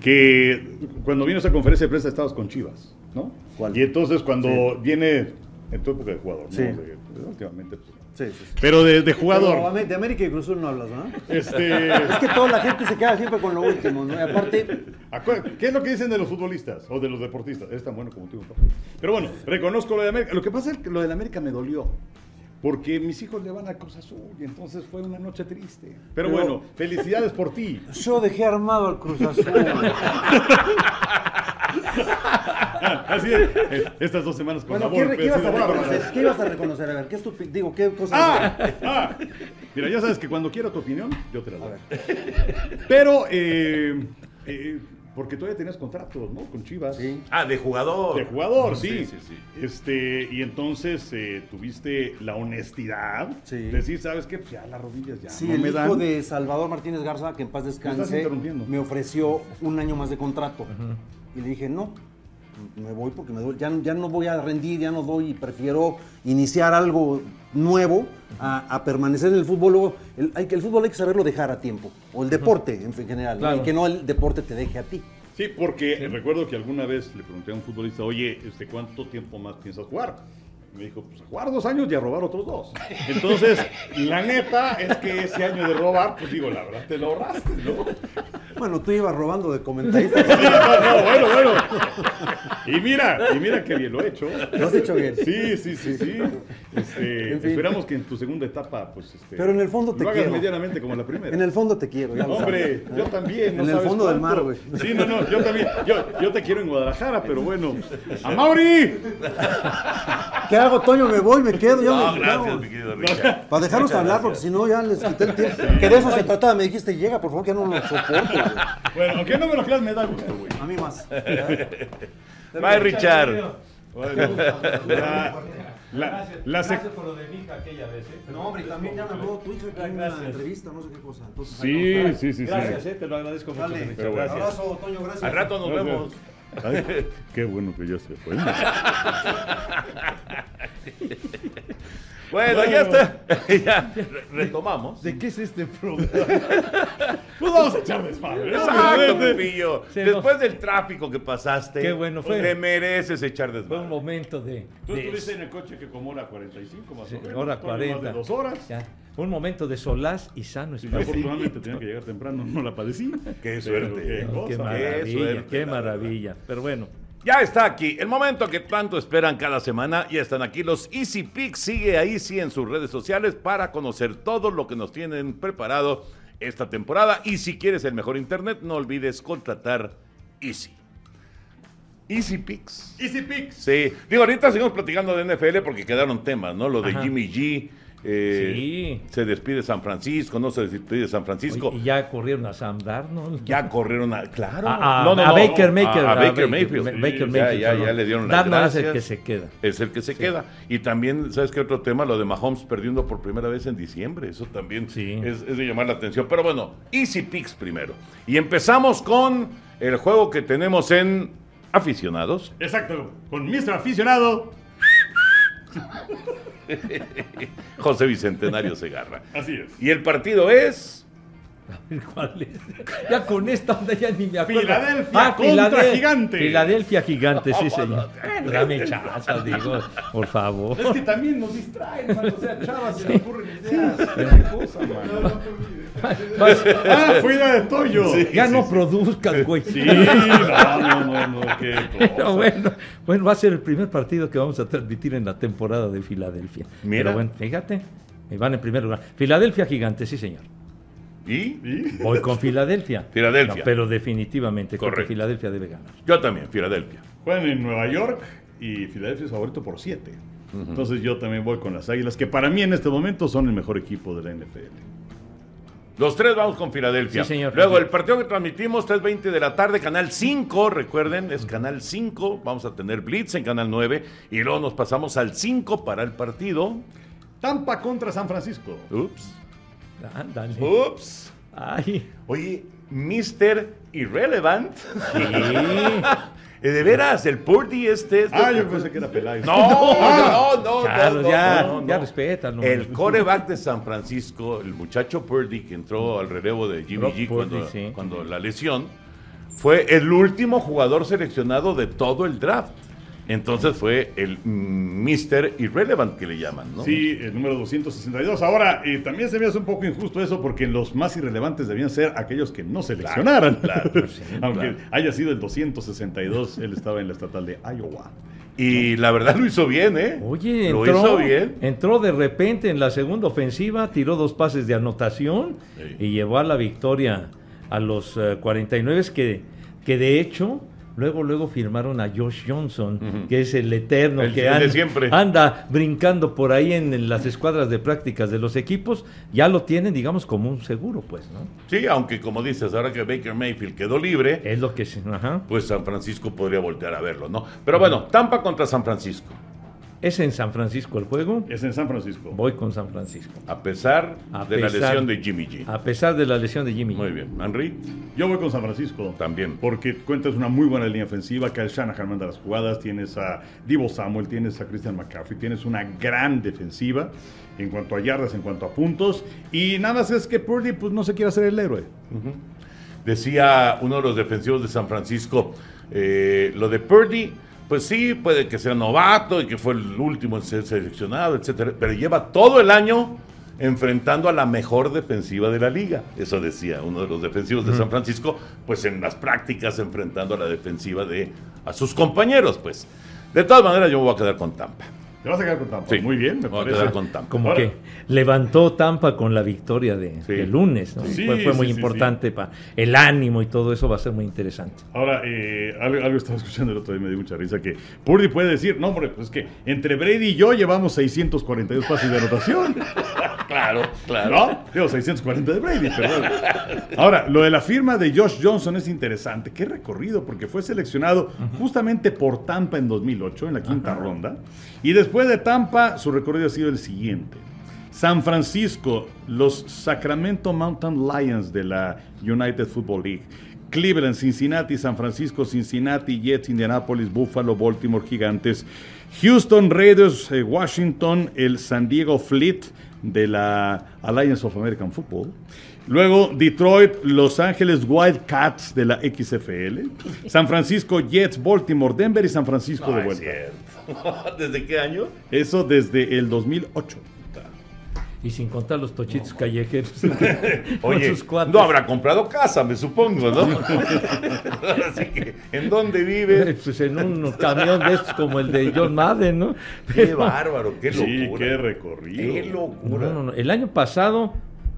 S3: Que cuando vino esa conferencia de prensa estabas con Chivas, ¿no?
S5: ¿Cuál?
S3: Y entonces cuando viene, en tu época de jugador, ¿no?
S5: Sí.
S3: De- últimamente, pues, no.
S5: Sí, sí, sí.
S3: Pero de, de
S5: Pero,
S3: jugador.
S5: Ame- de América y Cruz Azul no hablas, ¿no?
S3: Este,
S2: Eh.
S5: Es que toda la gente se queda siempre con lo último, ¿no? Y aparte,
S3: acuer- ¿Qué es lo que dicen de los futbolistas o de los deportistas? Eres tan bueno como tú. papá. Pero bueno, reconozco lo de América. Lo que pasa es que lo de la América me dolió. Porque mis hijos le van a Cruz Azul y entonces fue una noche triste. Pero,
S5: Pero-
S3: bueno, felicidades por ti.
S5: yo dejé armado al Cruz Azul.
S3: Así es. eh, Estas dos semanas con
S5: Bueno,
S3: la
S5: ¿qué,
S3: Volpe,
S5: qué ibas
S3: así
S5: a
S3: de bárbaras.
S5: reconocer? ¿Qué ibas a reconocer? A ver, ¿qué estupi- Digo, ¿qué cosa?
S3: Ah, ah. Mira, ya sabes que cuando quiero tu opinión, yo te la
S5: A
S3: doy.
S5: ver.
S3: Pero, eh, eh, porque todavía tenías contratos, ¿no? Con Chivas.
S5: Sí.
S2: Ah, de jugador.
S3: De jugador, sí.
S2: Sí, sí,
S3: Este, y entonces eh, tuviste la honestidad
S5: Sí.
S3: de decir, ¿sabes qué? Pues ya las rodillas ya
S5: Sí,
S3: no
S5: el
S3: me
S5: hijo
S3: dan.
S5: de Salvador Martínez Garza, que en paz
S3: estás
S5: descanse,
S3: interrumpiendo.
S5: me ofreció un año más de contrato. Y le dije, no, me voy porque me duele. Ya, ya no voy a rendir, ya no doy y prefiero iniciar algo nuevo a, a permanecer en el fútbol. Luego, el, hay que- el fútbol hay que saberlo dejar a tiempo, o el deporte en general, ¿no?
S4: Claro.
S5: y que no el deporte te deje a ti.
S3: Sí, porque recuerdo que alguna vez le pregunté a un futbolista, oye, este, ¿cuánto tiempo más piensas jugar? Me dijo, pues a jugar dos años y a robar otros dos. Entonces, la neta es que ese año de robar, pues digo, la verdad, te lo ahorraste, ¿no?
S5: Bueno, tú ibas robando de comentaristas.
S3: No, no, bueno, bueno. Y mira, y mira que bien lo he hecho.
S5: Lo has hecho bien.
S3: Sí, sí, sí, sí. Este,
S5: En fin.
S3: Esperamos que en tu segunda etapa, pues, este,
S5: Pero en el fondo te
S3: lo hagas
S5: quiero.
S3: medianamente como la primera.
S5: En el fondo te quiero. ya lo
S3: Hombre,
S5: sabes.
S3: yo también. no
S5: en el
S3: sabes
S5: fondo del
S3: cuánto.
S5: mar, güey.
S3: Sí, no, no, yo también. Yo, yo te quiero en Guadalajara, pero bueno. ¡A Mauri!
S5: ¿Qué hago, Toño? Me voy, me quedo. Yo
S2: No,
S5: me-
S2: gracias,
S5: no.
S2: mi querido Richard.
S5: Para dejarnos hablar, porque si no ya les quité el tiempo. Que de eso se trataba. Me dijiste, llega, por favor, que ya no lo soporto. güey.
S3: Bueno, aunque no me lo creas, me da gusto, güey.
S5: A mí más.
S2: Bye, Richard.
S3: La- la- la sec-
S4: por lo de mi hija aquella vez. ¿eh?
S5: No, hombre, también ya me habló tu hija que en una
S4: Gracias.
S5: entrevista, no sé qué cosa. Entonces, ahí
S3: Sí,
S5: vamos.
S3: sí, sí,
S4: Gracias,
S3: sí.
S4: ¿eh? te lo agradezco mucho.
S5: Dale,
S4: Richard.
S3: bueno.
S4: Gracias.
S5: abrazo, Toño, gracias.
S2: Al rato nos vemos.
S3: Ay, qué bueno que ya se fue.
S2: Bueno, ya está. ya re- retomamos.
S4: ¿De qué es este programa?
S3: Pues vamos a echar desmadre.
S2: Exacto,
S3: Obviamente.
S2: Pepillo.
S4: Se nos-
S2: Después del tráfico que pasaste,
S4: Qué bueno fue.
S2: te mereces echar
S4: Fue un
S2: desmador.
S4: momento de.
S3: Tú
S4: de-
S3: estuviste en el coche que como hora 45 más o menos.
S4: hora
S3: todo más
S4: 40.
S3: de dos horas.
S4: Ya, un momento de solaz y sano
S3: Y
S4: espacio.
S3: afortunadamente tenía que llegar temprano, no la padecí.
S2: Qué
S3: Pero
S2: suerte.
S3: qué
S2: Qué
S4: Qué
S3: cosa.
S4: maravilla,
S2: suerte,
S4: qué
S2: la verdad.
S4: maravilla. Pero bueno,
S2: Ya está aquí, el momento que tanto esperan cada semana. Ya están aquí los Easy Picks. Sigue ahí sí en sus redes sociales para conocer todo lo que nos tienen preparado esta temporada. Y si quieres el mejor internet, no olvides contratar Easy. Easy Picks.
S3: Easy Picks.
S2: Sí, digo, ahorita seguimos platicando de NFL porque quedaron temas, ¿no? Lo de Jimmy G, Eh, Se despide San Francisco, no se despide San Francisco.
S4: Y ya corrieron a Sam Darnold.
S2: Ya corrieron a. Claro.
S4: A, a-
S2: No, no,
S4: a
S2: no.
S4: Baker Mayfield.
S2: A, a
S4: a
S2: Baker Mayfield.
S4: Ma-
S2: Sí,
S4: Baker
S2: ya-
S4: Mayfield,
S2: Ya, ya,
S4: perdón.
S2: le dieron las
S4: Darnold es el
S2: gracias.
S4: que se queda.
S2: Es el que se queda. Y también, ¿sabes qué otro tema? Lo de Mahomes perdiendo por primera vez en diciembre. Eso también
S4: Sí.
S2: es, es de llamar la atención. Pero bueno, Easy Picks primero. Y empezamos con el juego que tenemos en aficionados.
S3: Exacto, con Mr. Aficionado.
S2: José Bicentenario Segarra.
S3: Así es.
S2: Y el partido es.
S4: ¿Cuál es? Ya con esta onda ya ni me acuerdo.
S3: Filadelfia contra
S4: Filade-
S3: Gigante.
S4: Filadelfia gigante, sí, señor. Dame chanza, digo, por favor.
S3: Es que también nos distraen, man. O sea, chavas, se le ocurren ideas. Qué cosa, man.
S4: Vas-
S3: Ah, fui la de Toyo.
S4: ya no produzcas, güey.
S3: Sí, no, no, no, no, qué
S4: Pero
S3: cosa.
S4: bueno, bueno, va a ser el primer partido que vamos a transmitir en la temporada de Filadelfia.
S2: Mira.
S4: Pero bueno, fíjate, me van en primer lugar. Filadelfia gigante, sí, señor.
S2: ¿Y?
S3: ¿Y?
S4: Voy con Filadelfia.
S2: Filadelfia.
S4: No, pero definitivamente creo que
S2: Correcto.
S4: Filadelfia debe ganar.
S2: Yo también, Filadelfia.
S3: Juegan en Nueva York y Filadelfia es favorito por 7. Entonces yo también voy con las Águilas, que para mí en este momento son el mejor equipo de la NFL.
S2: Los tres vamos con Filadelfia.
S4: Sí, señor.
S2: Luego, el partido que transmitimos, 3.20 de la tarde, Canal 5, recuerden, es Canal 5. Vamos a tener Blitz en Canal 9. Y luego nos pasamos al 5 para el partido.
S3: Tampa contra San Francisco.
S2: Ups.
S4: Ándale.
S2: Uh. Ups.
S4: Ay.
S2: Oye, Mr. Irrelevant.
S4: Sí.
S2: Eh, De veras, el Purdy este. este-
S3: Ah, yo pensé que era Peláez.
S2: No, no, no, no,
S4: Carlos,
S2: no,
S4: ya,
S2: no, no.
S4: ya respeta. no.
S2: El coreback de San Francisco, el muchacho Purdy que entró al relevo de Jimmy
S4: Brock
S2: G
S4: Purdy,
S2: cuando,
S4: sí.
S2: cuando la lesión, fue el último jugador seleccionado de todo el draft. Entonces fue el mm, Mr. Irrelevant que le llaman, ¿no?
S3: Sí, el número 262. Ahora, eh, también se me hace un poco injusto eso porque los más irrelevantes debían ser aquellos que no seleccionaran.
S2: pues
S3: Aunque haya sido el 262, él estaba en la estatal de Iowa.
S2: Y la verdad lo hizo bien, ¿eh?
S4: Oye,
S2: lo
S4: entró,
S2: hizo bien.
S4: entró de repente en la segunda ofensiva, tiró dos pases de anotación
S2: Sí.
S4: y llevó a la victoria a los eh, 49 que, que de hecho luego luego firmaron a Josh Johnson, que es el eterno
S2: El-
S4: que
S2: el de
S4: an-
S2: siempre.
S4: anda brincando por ahí en, en las escuadras de prácticas de los equipos, ya lo tienen digamos como un seguro, pues, ¿no?
S2: Sí, aunque como dices, ahora que Baker Mayfield quedó libre,
S4: Es lo que se- ajá.
S2: pues San Francisco podría voltear a verlo, ¿no? Pero bueno, Tampa contra San Francisco.
S4: Es en San Francisco el juego.
S3: Es en San Francisco.
S4: Voy con San Francisco.
S2: A pesar
S4: A
S2: de la
S4: pesar-
S2: lesión de Jimmy G.
S4: A pesar de la lesión de Jimmy.
S2: Muy bien. Henry,
S3: Yo voy con San Francisco.
S2: También.
S3: Porque cuentas una muy buena línea ofensiva. Kyle Shanahan manda las jugadas. Tienes a Divo Samuel, tienes a Christian McCaffrey. Tienes una gran defensiva en cuanto a yardas, en cuanto a puntos. Y nada más es que Purdy pues, no se quiere hacer el héroe.
S2: decía uno de los defensivos de San Francisco, eh, lo de Purdy, pues sí, puede que sea novato y que fue el último en ser seleccionado, etcétera, pero lleva todo el año enfrentando a la mejor defensiva de la liga. Eso decía uno de los defensivos de San Francisco, pues en las prácticas enfrentando a la defensiva de a sus compañeros, pues. De todas maneras, yo me voy a quedar con Tampa.
S3: Te vas a quedar con Tampa.
S2: Sí.
S3: Muy bien, me
S2: Me voy a
S3: parece.
S2: quedar con Tampa.
S4: como
S3: Ahora.
S4: que levantó Tampa con la victoria de,
S2: Sí.
S4: de lunes. ¿no?
S3: Sí,
S4: fue, fue muy
S3: sí, sí,
S4: importante para el ánimo y todo eso va a ser muy interesante.
S3: Ahora, eh, algo, algo estaba escuchando el otro día y me dio mucha risa que Purdy puede decir, no, hombre, pues es que entre Brady y yo llevamos 642 pases de anotación.
S2: Claro, claro.
S3: ¿No? Digo, 640 de Brady, pero bueno. Ahora, lo de la firma de Josh Johnson es interesante. Qué recorrido, porque fue seleccionado justamente por Tampa en 2008, en la quinta ronda. Y después de Tampa, su recorrido ha sido el siguiente. San Francisco, los Sacramento Mountain Lions de la United Football League. Cleveland, Cincinnati, San Francisco, Cincinnati, Jets, Indianapolis, Buffalo, Baltimore, Gigantes, Houston Raiders, eh, Washington, el San Diego Fleet, de la Alliance of American Football. Luego Detroit, Los Ángeles Wildcats de la XFL. San Francisco Jets, Baltimore, Denver y San Francisco de
S2: No, Ah, es
S3: vuelta.
S2: cierto. ¿Desde qué año?
S3: Eso desde el 2008.
S4: Y sin contar los tochitos callejeros con
S2: Oye,
S4: sus cuates.
S2: no habrá comprado casa, me supongo, ¿no? Así que, ¿en dónde vive?
S4: Pues en un camión de estos como el de John Madden, ¿no?
S2: Qué bárbaro, qué
S3: Sí,
S2: locura.
S3: qué recorrido.
S2: Qué
S4: No,
S2: locura.
S4: no, no. El año pasado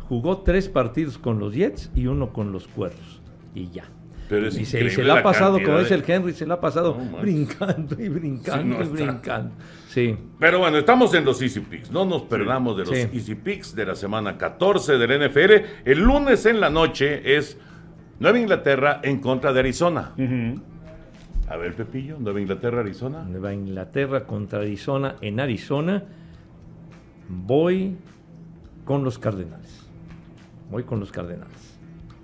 S4: jugó tres partidos con los Jets y uno con los Cuervos. Y ya.
S2: Pero es
S4: y se,
S2: increíble
S4: se la ha
S2: la
S4: pasado, como
S2: cantidad
S4: es
S2: de-
S4: el Henry, se la ha pasado
S2: No, man.
S4: brincando y brincando
S2: Sí, no
S4: y
S2: está.
S4: brincando. Sí.
S2: Pero bueno, estamos en los Easy Picks. No nos perdamos de los
S4: Sí.
S2: Easy Picks de la semana 14 del NFL. El lunes en la noche es Nueva Inglaterra en contra de Arizona. A ver, Pepillo, Nueva Inglaterra, Arizona.
S4: Nueva Inglaterra contra Arizona en Arizona. Voy con los Cardenales. Voy con los Cardenales.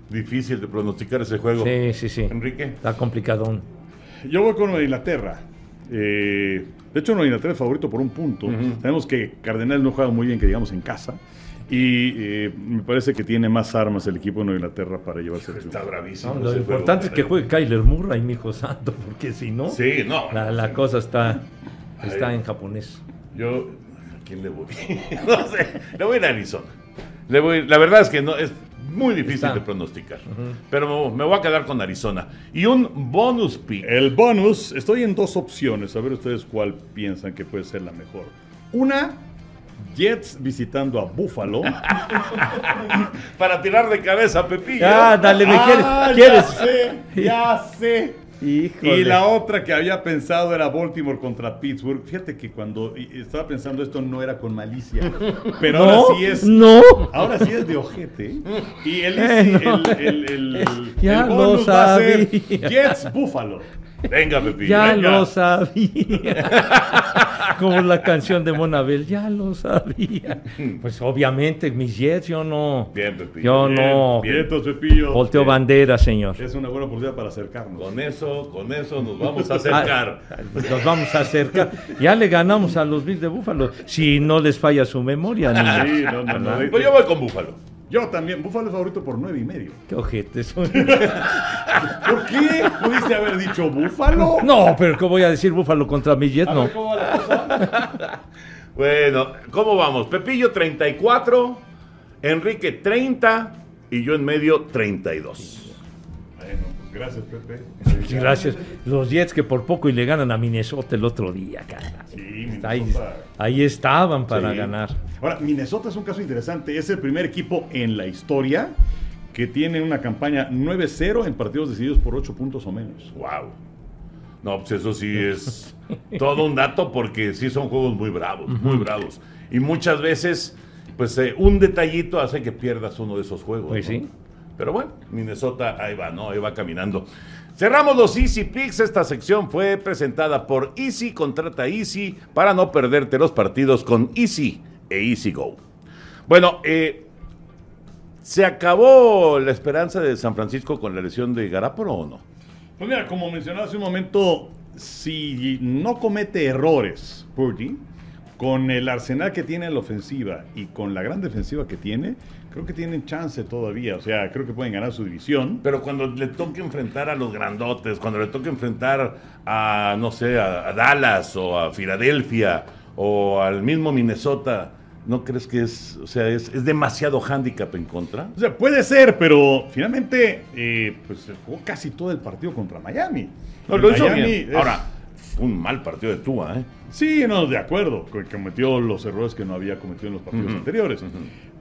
S2: Difícil de pronosticar ese juego.
S4: Sí, sí, sí.
S2: Enrique.
S4: Está complicadón.
S3: Yo voy con Nueva Inglaterra. Eh, de hecho, Nueva Inglaterra es favorito por un punto. Sabemos que Cardenal no juega muy bien, que digamos, en casa. Y eh, me parece que tiene más armas el equipo de Nueva Inglaterra para llevarse el
S2: Está
S3: triunfo.
S2: bravísimo.
S4: lo
S2: ese
S4: importante es que
S2: juego.
S4: juegue Kyler Murray, mi hijo santo, porque si no,
S2: Sí, no.
S4: la, la cosa está, está en japonés.
S2: Yo, ¿a quién le voy? no sé, le voy a ir a Arizona. Le voy, la verdad es que no, es muy difícil
S4: Está.
S2: de pronosticar. Pero me, me voy a quedar con Arizona. Y un bonus pick.
S3: El bonus, estoy en dos opciones. A ver ustedes cuál piensan que puede ser la mejor. Una, Jets visitando a Buffalo.
S2: Para tirar de cabeza a Pepillo.
S4: Ah, dale, me
S3: Ah,
S4: quieres.
S3: Ya sé, ya sé.
S4: Híjole.
S3: Y la otra que había pensado era Baltimore contra Pittsburgh. Fíjate que cuando y- y estaba pensando esto no era con malicia, pero
S4: no,
S3: ahora sí es.
S4: no.
S3: Ahora sí es de ojete. Y el,
S4: Eh, no.
S3: el, el, el- el
S4: Ya lo
S3: bonus va a ser
S4: sabía.
S3: Jets Buffalo.
S2: Venga, Pepillo.
S4: Ya
S2: venga.
S4: lo sabía. Como la canción de Monabel, ya lo sabía. Pues obviamente, mis Jets, yo no.
S2: Bien, Pepillo.
S4: Yo no.
S3: Bien, entonces, Pepillo. eh,
S4: Volteo bandera, señor.
S3: Es una buena oportunidad para acercarnos.
S2: Con eso, con eso nos vamos a acercar.
S4: Ah, Nos vamos a acercar. Ya le ganamos a los Bills de Búfalo. Si no les falla su memoria, niños.
S3: Sí, no, no,
S4: Ah.
S3: no.
S2: Pues yo voy con Búfalo.
S3: Yo también. Buffalo es favorito por nueve y medio.
S4: Qué ojetes son.
S3: ¿Por qué pudiste haber dicho Buffalo?
S4: No, pero ¿cómo voy a decir Búfalo contra mi Jet? No.
S2: Bueno, ¿cómo vamos? Pepillo 34, Enrique 30 y yo en medio 32.
S3: Bueno, pues gracias, Pepe.
S4: Sí, Gracias. Los Jets que por poco y le ganan a Minnesota el otro día, cara.
S3: Sí,
S4: Ahí,
S3: Minnesota.
S4: ahí estaban para
S3: Sí.
S4: ganar.
S3: Ahora, Minnesota es un caso interesante. Es el primer equipo en la historia que tiene una campaña 9-0 en partidos decididos por 8 puntos o menos.
S2: Wow. No, pues eso sí es todo un dato porque sí son juegos muy bravos, muy bravos. Y muchas veces, pues eh, un detallito hace que pierdas uno de esos juegos.
S4: Pues
S2: ¿no?
S4: sí.
S2: Pero bueno, Minnesota ahí va, ¿no? Ahí va caminando. Cerramos los Easy Picks. Esta sección fue presentada por Easy. Contrata Easy para no perderte los partidos con Easy e Easy Go. Bueno, eh, ¿se acabó la esperanza de San Francisco con la lesión de Garápolo o no?
S3: Pues mira, como mencionaba hace un momento, si no comete errores, Purdy, con el arsenal que tiene en la ofensiva y con la gran defensiva que tiene, creo que tienen chance todavía. O sea, creo que pueden ganar su división.
S2: Pero cuando le toque enfrentar a los grandotes, cuando le toque enfrentar a, no sé, a, a Dallas o a Filadelfia o al mismo Minnesota, ¿no crees que es, o sea, es, es demasiado hándicap en contra?
S3: O sea, puede ser, pero finalmente, eh, pues se jugó casi todo el partido contra Miami.
S2: No,
S3: Y
S2: lo hizo
S3: Miami
S2: bien.
S3: es-
S2: Ahora, un mal partido de Tua, ¿eh?
S3: Sí, no, de acuerdo, que cometió los errores que no había cometido en los partidos anteriores.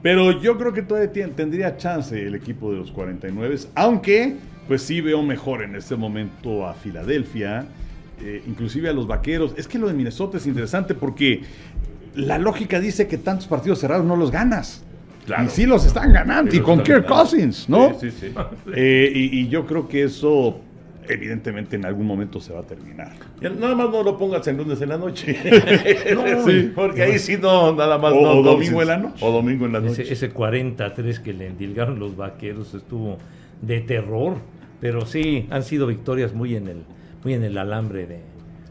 S3: Pero yo creo que todavía tien- tendría chance el equipo de los 49, aunque pues sí veo mejor en este momento a Filadelfia, eh, inclusive a los Vaqueros. Es que lo de Minnesota es interesante porque la lógica dice que tantos partidos cerrados no los ganas.
S2: Claro.
S3: Y sí los están ganando,
S2: Sí
S3: y
S2: los
S3: con
S2: están
S3: Kirk
S2: ganando.
S3: Cousins, ¿no?
S2: Sí, sí, sí.
S3: Eh, y, y yo creo que eso, evidentemente, en algún momento se va a terminar.
S2: Ya Nada más no lo pongas en lunes en la noche.
S3: sí.
S2: Porque ahí sí no, nada más
S3: O-
S2: no.
S3: o
S2: no,
S3: domingo
S2: sí.
S3: en la noche.
S2: O domingo en la noche.
S4: Ese, ese 43 que le endilgaron los vaqueros estuvo de terror. Pero sí, han sido victorias muy en el, muy en el alambre de,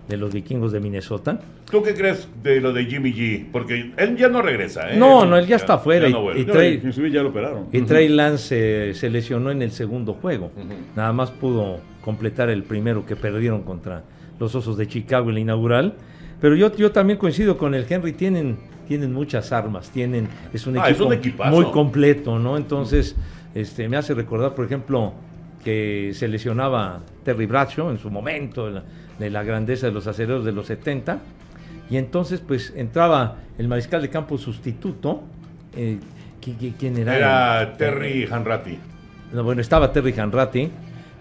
S4: de los vikingos de Minnesota.
S2: ¿Tú qué crees de lo de Jimmy G? Porque él ya no regresa, ¿eh?
S4: No, no, él ya está fuera y-
S2: no vuelve.
S4: y
S3: No,
S4: trae-
S3: inclusive ya lo operaron.
S4: Y Trey Lance eh, se lesionó en el segundo juego. Nada más pudo completar el primero que perdieron contra los Osos de Chicago en la inaugural. Pero yo, yo también coincido con el Henry, tienen, tienen muchas armas, tienen, es un
S2: Ah, es
S4: equipo
S2: un equipazo.
S4: muy completo, ¿no? Entonces, este, me hace recordar, por ejemplo, que se lesionaba Terry Bradshaw en su momento, de la, de la grandeza de los acereros de los 70. Y entonces, pues, entraba el mariscal de campo sustituto. eh, qui- qui- ¿Quién era?
S2: Era Terry Hanratty.
S4: No, bueno, estaba Terry Hanratty,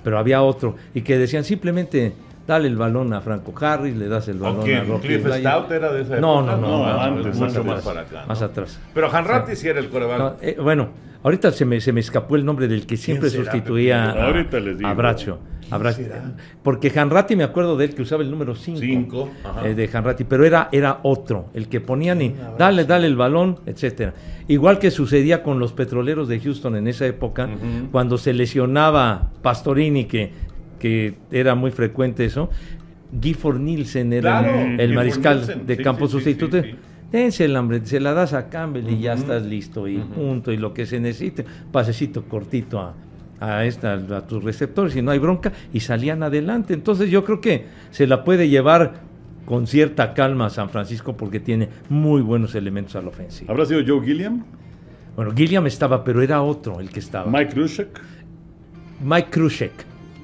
S4: pero había otro. Y que decían simplemente, dale el balón a Franco Harris, le das el balón
S2: quién?
S4: a Rocky
S2: ¿Cliff
S4: Blyer.
S2: Stout era de esa
S4: No,
S2: época?
S4: no, no,
S2: No,
S4: no,
S2: antes,
S4: no,
S2: mucho más para acá, ¿no?
S4: Más atrás.
S2: Pero Hanratti sí era el
S4: No,
S2: coreback.
S4: eh, bueno, ahorita se me, se me escapó el nombre del que siempre
S2: será,
S4: sustituía
S3: Pepito?
S4: a,
S3: Ahorita les digo.
S4: a Bracho. a Bracho. Porque Hanratti, me acuerdo de él que usaba el número 5
S2: Cinco, ajá.
S4: de Hanratti, pero era, era otro, el que ponían y dale, dale el balón, etcétera. Igual que sucedía con los petroleros de Houston en esa época, cuando se lesionaba Pastorini, que, que era muy frecuente eso, Gifford Nielsen era
S2: Claro,
S4: el
S2: Gifford
S4: mariscal
S2: Nielsen,
S4: de
S2: sí,
S4: campo
S2: sí, sí,
S4: sustituto.
S2: sí, sí.
S4: Dense el hambre, se la das a Campbell y ya estás listo y punto y lo que se necesite, pasecito cortito a, a, esta, a tus receptores y no hay bronca y salían adelante. Entonces yo creo que se la puede llevar con cierta calma a San Francisco porque tiene muy buenos elementos a la ofensiva.
S3: ¿Habrá sido Joe Gilliam?
S4: Bueno, Gilliam estaba, pero era otro el que estaba. Mike,
S3: ¿Mike Lushek?
S4: Krusek,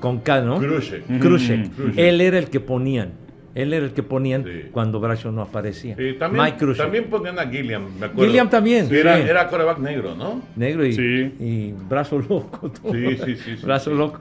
S4: con K, ¿no?
S2: Krusek.
S4: Krusek.
S2: Mm, Krusek.
S4: Él era el que ponían. Él era el que ponían
S2: Sí.
S4: cuando Bracho no aparecía.
S2: Sí, también,
S4: Mike Krusek.
S2: también ponían a Gilliam, me acuerdo.
S4: Gilliam también,
S2: Sí, Era,
S4: sí.
S2: era coreback negro, ¿no?
S4: Negro y,
S3: Sí.
S4: y brazo loco. todo.
S2: Sí, sí, sí, sí,
S4: brazo
S2: sí.
S4: loco.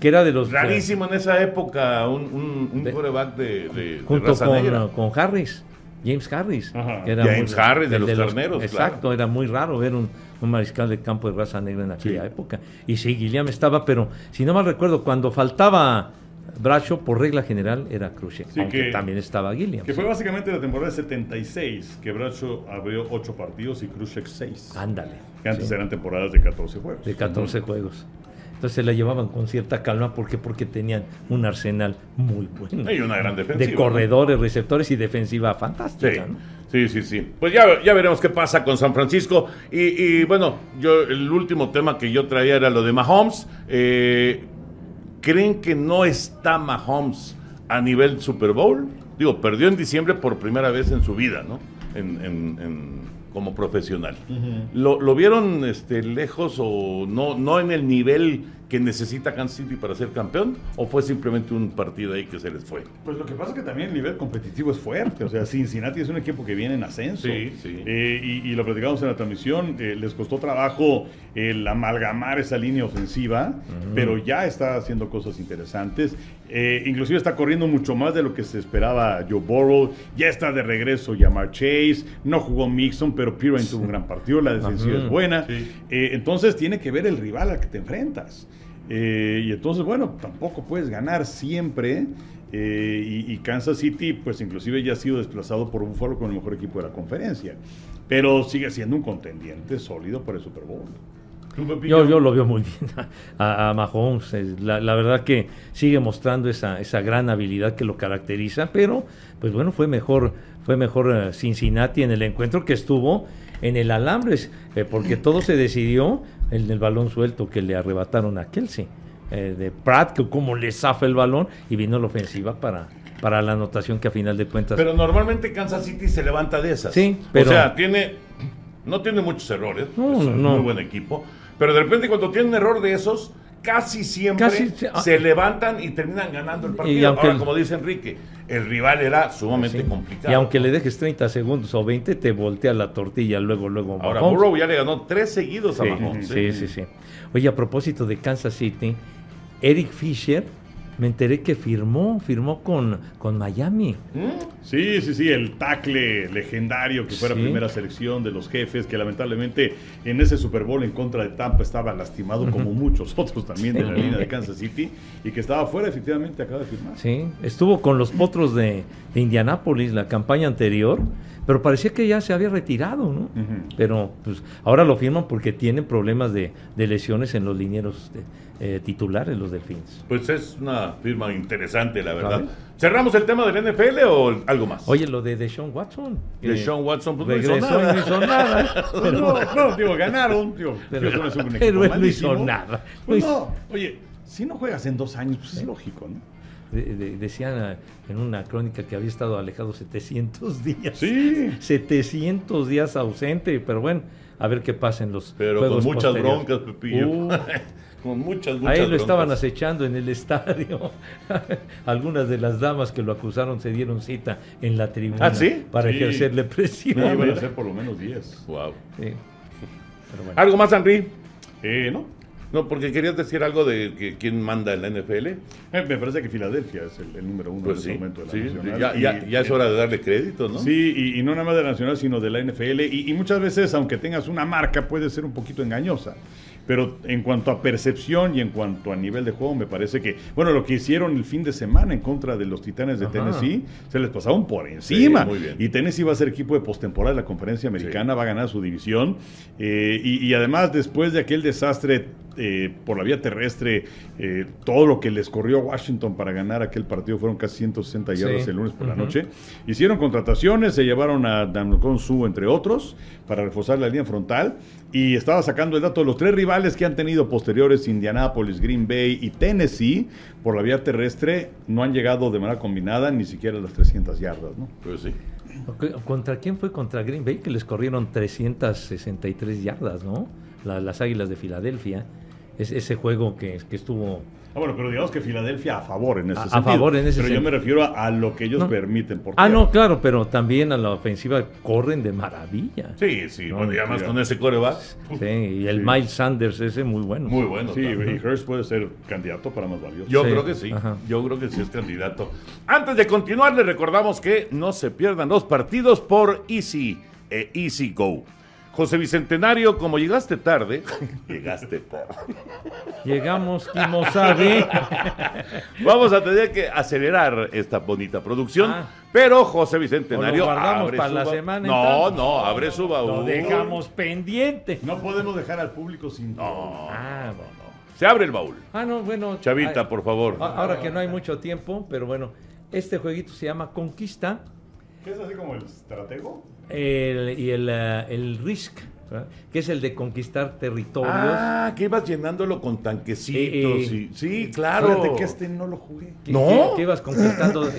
S4: Que era de los.
S2: Rarísimo en esa época un, un, un
S4: De-
S2: coreback de, de- de
S4: junto
S2: raza
S4: con,
S2: negra.
S4: uh, con Harris, James Harris.
S3: Ajá.
S4: que era
S2: James Harris de
S4: el
S2: los Carneros,
S4: Exacto, era muy raro ver un, un mariscal de campo de raza negra en aquella época. Y sí, Guilliam estaba, pero si no mal recuerdo, cuando faltaba Bracho, por regla general, era Krusek.
S3: Sí,
S4: aunque
S3: que-
S4: también estaba Guilliam.
S3: Que fue básicamente la temporada de 76, que Bracho abrió 8 partidos y Krushek 6.
S4: Ándale.
S3: Que antes
S4: sí,
S3: eran temporadas de 14 juegos.
S4: de 14 juegos. Entonces se la llevaban con cierta calma porque porque tenían un arsenal muy bueno.
S2: Y una gran defensiva.
S4: de corredores, receptores y defensiva fantástica.
S2: Sí.
S4: ¿no?
S2: Sí, sí, sí. Pues ya, ya veremos qué pasa con San Francisco. Y, y, bueno, yo el último tema que yo traía era lo de Mahomes. Eh, ¿Creen que no está Mahomes a nivel Super Bowl? Digo, perdió en diciembre por primera vez en su vida, ¿no? En, en- en- como profesional. ¿Lo, lo vieron este, lejos o no, no en el nivel que necesita Kansas City para ser campeón? ¿O fue simplemente un partido ahí que se les fue?
S3: Pues lo que pasa es que también el nivel competitivo es fuerte. O sea, Cincinnati es un equipo que viene en ascenso.
S2: Sí, sí.
S3: Eh, y, y lo platicamos en la transmisión. eh, les costó trabajo el amalgamar esa línea ofensiva, pero ya está haciendo cosas interesantes. Eh, inclusive está corriendo mucho más de lo que se esperaba Joe Burrow. Ya está de regreso Yamar Chase. No jugó Mixon, pero Piran tuvo un gran partido. La defensiva es buena.
S2: Sí.
S3: Eh, entonces tiene que ver el rival al que te enfrentas. Eh, y entonces, bueno, tampoco puedes ganar siempre. Eh, y, y Kansas City, pues inclusive ya ha sido desplazado por Buffalo con el mejor equipo de la conferencia. Pero sigue siendo un contendiente sólido para el Super Bowl.
S2: ¿Tú, Pepillo?
S4: Yo, yo lo veo muy bien a, a Mahomes. Es La, la verdad que sigue mostrando esa, esa gran habilidad que lo caracteriza, pero pues bueno, fue mejor, fue mejor eh, Cincinnati en el encuentro que estuvo en el Alambres, eh, porque todo se decidió en el balón suelto que le arrebataron a Kelsey. eh, de Pratt, que como le zafa el balón y vino la ofensiva para, para la anotación que a final de cuentas
S2: Pero normalmente Kansas City se levanta de esas.
S4: Sí, pero-
S2: O sea, tiene, no tiene muchos errores.
S4: No,
S2: es
S4: no,
S2: un
S4: no.
S2: muy buen equipo. Pero de repente cuando tienen un error de esos, casi siempre
S4: Casi se- ah.
S2: se levantan y terminan ganando el partido.
S4: Y aunque
S2: Ahora,
S4: el-
S2: como dice Enrique, el rival era sumamente
S4: Sí.
S2: complicado.
S4: Y aunque le dejes 30 segundos o 20, te voltea la tortilla luego, luego.
S2: Ahora,
S4: Mahomes.
S2: Burrow ya le ganó tres seguidos a Mahomes.
S4: sí,
S2: ¿eh?
S4: sí, sí. Oye, a propósito de Kansas City, Eric Fisher, me enteré que firmó, firmó con, con Miami.
S3: Sí, sí, sí, el tackle legendario que fue la
S4: Sí.
S3: primera selección de los jefes, que lamentablemente en ese Super Bowl en contra de Tampa estaba lastimado, como muchos otros también de la
S4: Sí.
S3: línea de Kansas City, y que estaba fuera, efectivamente, acaba de firmar.
S4: Sí, estuvo con los potros de, de Indianápolis la campaña anterior, pero parecía que ya se había retirado, ¿no?
S3: Ujú.
S4: Pero pues, ahora lo firman porque tienen problemas de, de lesiones en los linieros de- eh, titulares, los delfines.
S2: Pues es una firma interesante, la verdad.
S4: Claro.
S2: ¿Cerramos el tema del NFL o algo más?
S4: Oye, lo de Deshaun Watson. que
S2: Deshaun Watson, pues, no hizo
S4: regresó y
S2: nada.
S4: no hizo nada.
S3: No, no, no, digo, ganaron. Digo,
S4: Pero-
S3: Houston es un equipo
S4: pero él no
S3: malísimo.
S4: hizo nada.
S3: Pues
S4: No
S3: no, oye, si no juegas en dos años, pues es lógico, ¿no?
S4: De- de- decían ah, en una crónica que había estado alejado 700 días.
S3: Sí.
S4: 700 días ausente, pero bueno, a ver qué pasa en los
S2: Pero
S4: juegos
S2: con muchas
S4: posteriores.
S2: broncas, Pepillo.
S4: Uh,
S2: con muchas, muchas
S4: a él lo
S2: broncas.
S4: estaban acechando en el estadio. Algunas de las damas que lo acusaron se dieron cita en la tribuna
S2: ¿Ah, sí?
S4: para
S3: Sí.
S4: ejercerle presión.
S3: No, iban a ser por lo menos 10.
S2: Wow.
S4: Sí. Pero bueno.
S2: ¿Algo más, Henry?
S3: Eh, no.
S2: No, porque querías decir algo de que, quién manda en la NFL.
S3: Eh, Me parece que Filadelfia es el, el número uno
S2: Pues
S3: en
S2: sí,
S3: este momento de la
S2: sí,
S3: Nacional.
S2: ya, ya-
S3: Y-
S2: ya es hora de darle crédito, ¿no?
S3: Sí, y, y no nada más de la nacional, sino de la NFL. Y, y muchas veces, aunque tengas una marca, puede ser un poquito engañosa. Pero en cuanto a percepción y en cuanto a nivel de juego, me parece que, bueno, lo que hicieron el fin de semana en contra de los Titanes de Tennessee, se les pasaron por encima.
S2: muy bien.
S3: Y Tennessee va a ser equipo de postemporada de la conferencia americana, va a ganar su división. Eh, y, y además, después de aquel desastre eh, por la vía terrestre, eh, todo lo que les corrió a Washington para ganar aquel partido fueron casi 160 yardas
S4: Sí.
S3: el lunes por la noche. Hicieron contrataciones, se llevaron a Dan Su, entre otros, para reforzar la línea frontal. Y estaba sacando el dato de los tres rivales que han tenido posteriores, Indianápolis, Green Bay y Tennessee, por la vía terrestre, no han llegado de manera combinada ni siquiera a las 300 yardas, ¿no?
S2: Pues sí.
S4: Ok, ¿Contra quién fue? Contra Green Bay, que les corrieron 363 yardas, ¿no? La- las Águilas de Filadelfia. Es, ese juego que, que estuvo...
S3: Ah, bueno, pero digamos que Filadelfia a favor en ese
S4: A- a
S3: sentido.
S4: favor en ese
S3: Pero yo
S4: sentido.
S3: me refiero a, a lo que ellos
S4: No.
S3: permiten. Por
S4: Ah,
S3: tierra.
S4: no, claro, pero también a la ofensiva corren de maravilla.
S2: Sí, sí.
S4: No,
S2: bueno, y además
S3: mentira.
S2: con ese coreback,
S4: Sí, y el Miles Sanders ese muy bueno.
S2: muy bueno.
S3: Sí,
S2: también.
S3: y Hurst puede ser candidato para más valioso.
S2: Yo
S4: Sí,
S2: creo que sí.
S4: ajá.
S2: Yo creo que sí es candidato. Antes de continuar, les recordamos que no se pierdan los partidos por Easy e Easy Go. José Bicentenario, como llegaste tarde, llegaste tarde.
S4: Llegamos, Kimo sabe.
S2: Vamos a tener que acelerar esta bonita producción.
S4: Ah.
S2: Pero José Bicentenario.
S4: O lo guardamos
S2: abre
S4: para
S2: su
S4: la
S2: ba-
S4: semana,
S2: No,
S4: entonces.
S2: no, abre su baúl.
S4: Lo dejamos pendiente.
S3: No podemos dejar al público sin.
S2: No.
S4: Ah, bueno.
S2: Se abre el baúl.
S4: Ah, no, bueno.
S2: Chavita,
S4: ay, Ah,
S2: por favor.
S4: a- Ahora que no hay mucho tiempo, pero bueno, este jueguito se llama Conquista
S3: ¿Qué es así como el estratego?
S4: el- y el, eh, el Risk, ¿verdad? que es el de conquistar territorios.
S2: Ah, que ibas llenándolo con tanquecitos.
S4: Eh,
S2: y- sí, claro.
S3: Fíjate que este no lo jugué.
S4: que,
S2: ¿no?
S4: que- que ibas conquistando,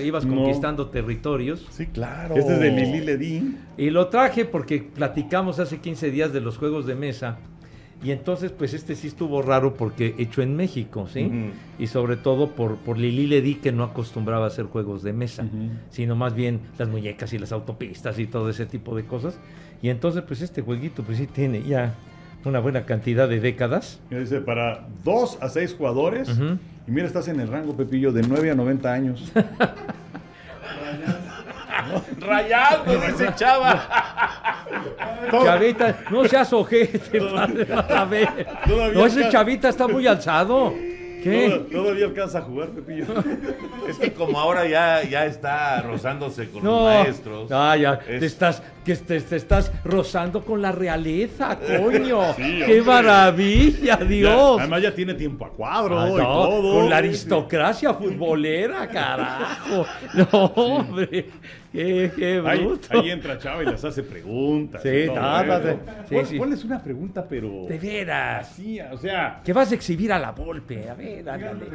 S4: ibas
S3: No.
S4: conquistando territorios.
S2: Sí, claro.
S3: Este es de Lili Ledín.
S4: Y lo traje porque platicamos hace 15 días de los juegos de mesa. Y entonces, pues este sí estuvo raro porque hecho en México, ¿sí?
S2: Ujú.
S4: Y sobre todo por, por Lili Ledi, que no acostumbraba a hacer juegos de mesa, sino más bien las muñecas y las autopistas y todo ese tipo de cosas. Y entonces, pues este jueguito, pues sí tiene ya una buena cantidad de décadas.
S3: Mira, dice para 2 a 6 jugadores.
S4: Ujú.
S3: Y mira, estás en el rango, Pepillo, de 9 a 90 años.
S2: Rayando, dice Chava.
S4: Chavita, no seas ojete, padre, a ver.
S3: Todavía
S4: No, ese
S3: está-
S4: chavita está muy alzado.
S3: Toda-
S4: ¿Qué?
S3: Todavía alcanza a jugar, Pepillo.
S2: Es que como ahora ya, ya está rozándose con
S4: No,
S2: los maestros.
S4: Ah, ya,
S2: Es-
S4: te estás, que te, te estás rozando con la realeza, coño.
S3: Sí,
S4: ¡Qué
S3: hombre.
S4: maravilla, Dios!
S3: Ya, además, ya tiene tiempo a cuadro
S4: Ah,
S3: y
S4: no,
S3: todo.
S4: con la
S3: Sí, sí.
S4: aristocracia futbolera, carajo. No, hombre. Qué, qué
S3: Ahí,
S4: bruto.
S3: ahí entra Chava y las hace preguntas.
S4: Sí,
S3: y todo ¿eh?
S4: no, no,
S3: eso.
S4: no. Sí,
S3: Pon-
S4: sí.
S3: Ponles una pregunta, pero.
S4: De veras.
S3: Sí, o sea.
S4: Que vas a exhibir a la golpe. A ver, ándale.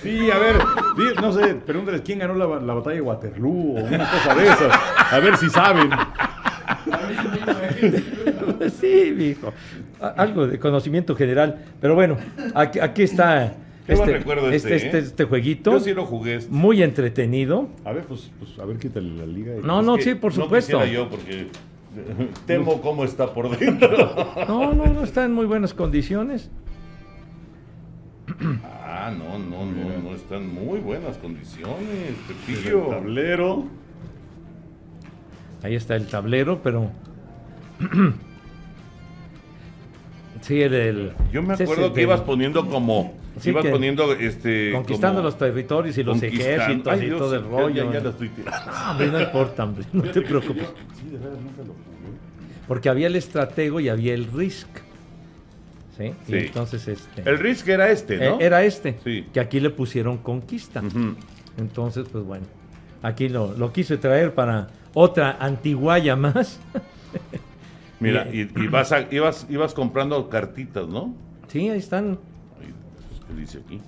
S3: Sí, a ver. di- no sé, pregúntales quién ganó la, ba- la batalla de Waterloo o una cosa de esas. A ver si saben.
S4: Sí, mijo. A- Algo de conocimiento general. Pero bueno, aquí, aquí está.
S2: Qué buen recuerdo este,
S4: este,
S2: ¿eh?
S4: este jueguito.
S2: Yo sí lo jugué. este.
S4: Muy entretenido.
S3: A ver, pues, pues a ver, quítale la liga. y- pues,
S4: No, no,
S2: Que
S4: sí, por supuesto.
S2: No quisiera yo porque temo cómo está por dentro.
S4: No, no, no está en muy buenas condiciones.
S2: Ah, no, no, no, no está en muy buenas condiciones,
S3: El
S2: Pepillo.
S3: tablero.
S4: Ahí está el tablero, pero. Sí, el. el-
S2: Yo me
S4: ese es
S2: acuerdo
S4: el
S2: que
S4: de-
S2: ibas poniendo como,
S4: Sí,
S2: ibas
S4: que-
S2: poniendo este
S4: Conquistando
S2: como-
S4: los territorios y los
S2: conquistando.
S4: ejércitos
S2: Ay,
S4: y
S2: Dios,
S4: todo el
S2: ya-
S4: rollo.
S2: Ya, ya la estoy tirando.
S4: No, hombre, no importa, hombre, no te preocupes.
S3: Sí, de verdad, nunca lo jugué.
S4: Porque había el estratego y había el risk. ¿Sí? Y
S2: Sí.
S4: entonces este.
S2: El risk era este,
S4: eh,
S2: ¿no?
S4: Era este.
S2: Sí.
S4: Que aquí le pusieron conquista.
S2: Ujú.
S4: Entonces, pues bueno, aquí lo, lo quise traer para otra antiguaya más.
S2: Mira, y, y vas a- ibas, ibas comprando cartitas, ¿no?
S4: Sí, ahí están.
S2: Ay, pues, ¿Qué dice aquí?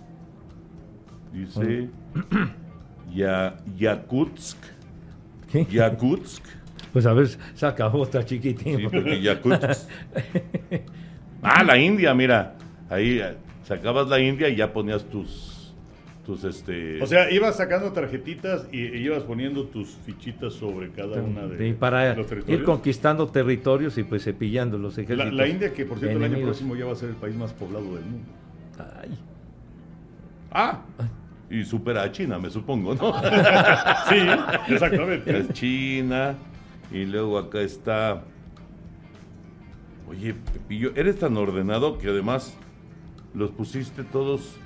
S2: Dice Ya- Yakutsk.
S4: ¿Qué?
S2: Yakutsk.
S4: Pues a ver, saca otra chiquitín.
S2: Sí, porque Yakutsk. Ah, la India, mira. Ahí eh, sacabas la India y ya ponías tus, tus este.
S3: O sea, ibas sacando tarjetitas y, y ibas poniendo tus fichitas sobre cada una de
S4: Sí, para
S3: los
S4: ir
S3: territorios.
S4: conquistando territorios y pues cepillando los
S3: La,
S4: ejércitos.
S3: la India, que por cierto el año
S4: enemigos.
S3: próximo ya va a ser el país más poblado del mundo.
S4: Ay,
S2: Ah. Y supera a China, me supongo, ¿no?
S3: Sí, exactamente.
S2: es China. Y luego acá está. Oye, Pepillo, eres tan ordenado que además los pusiste todos.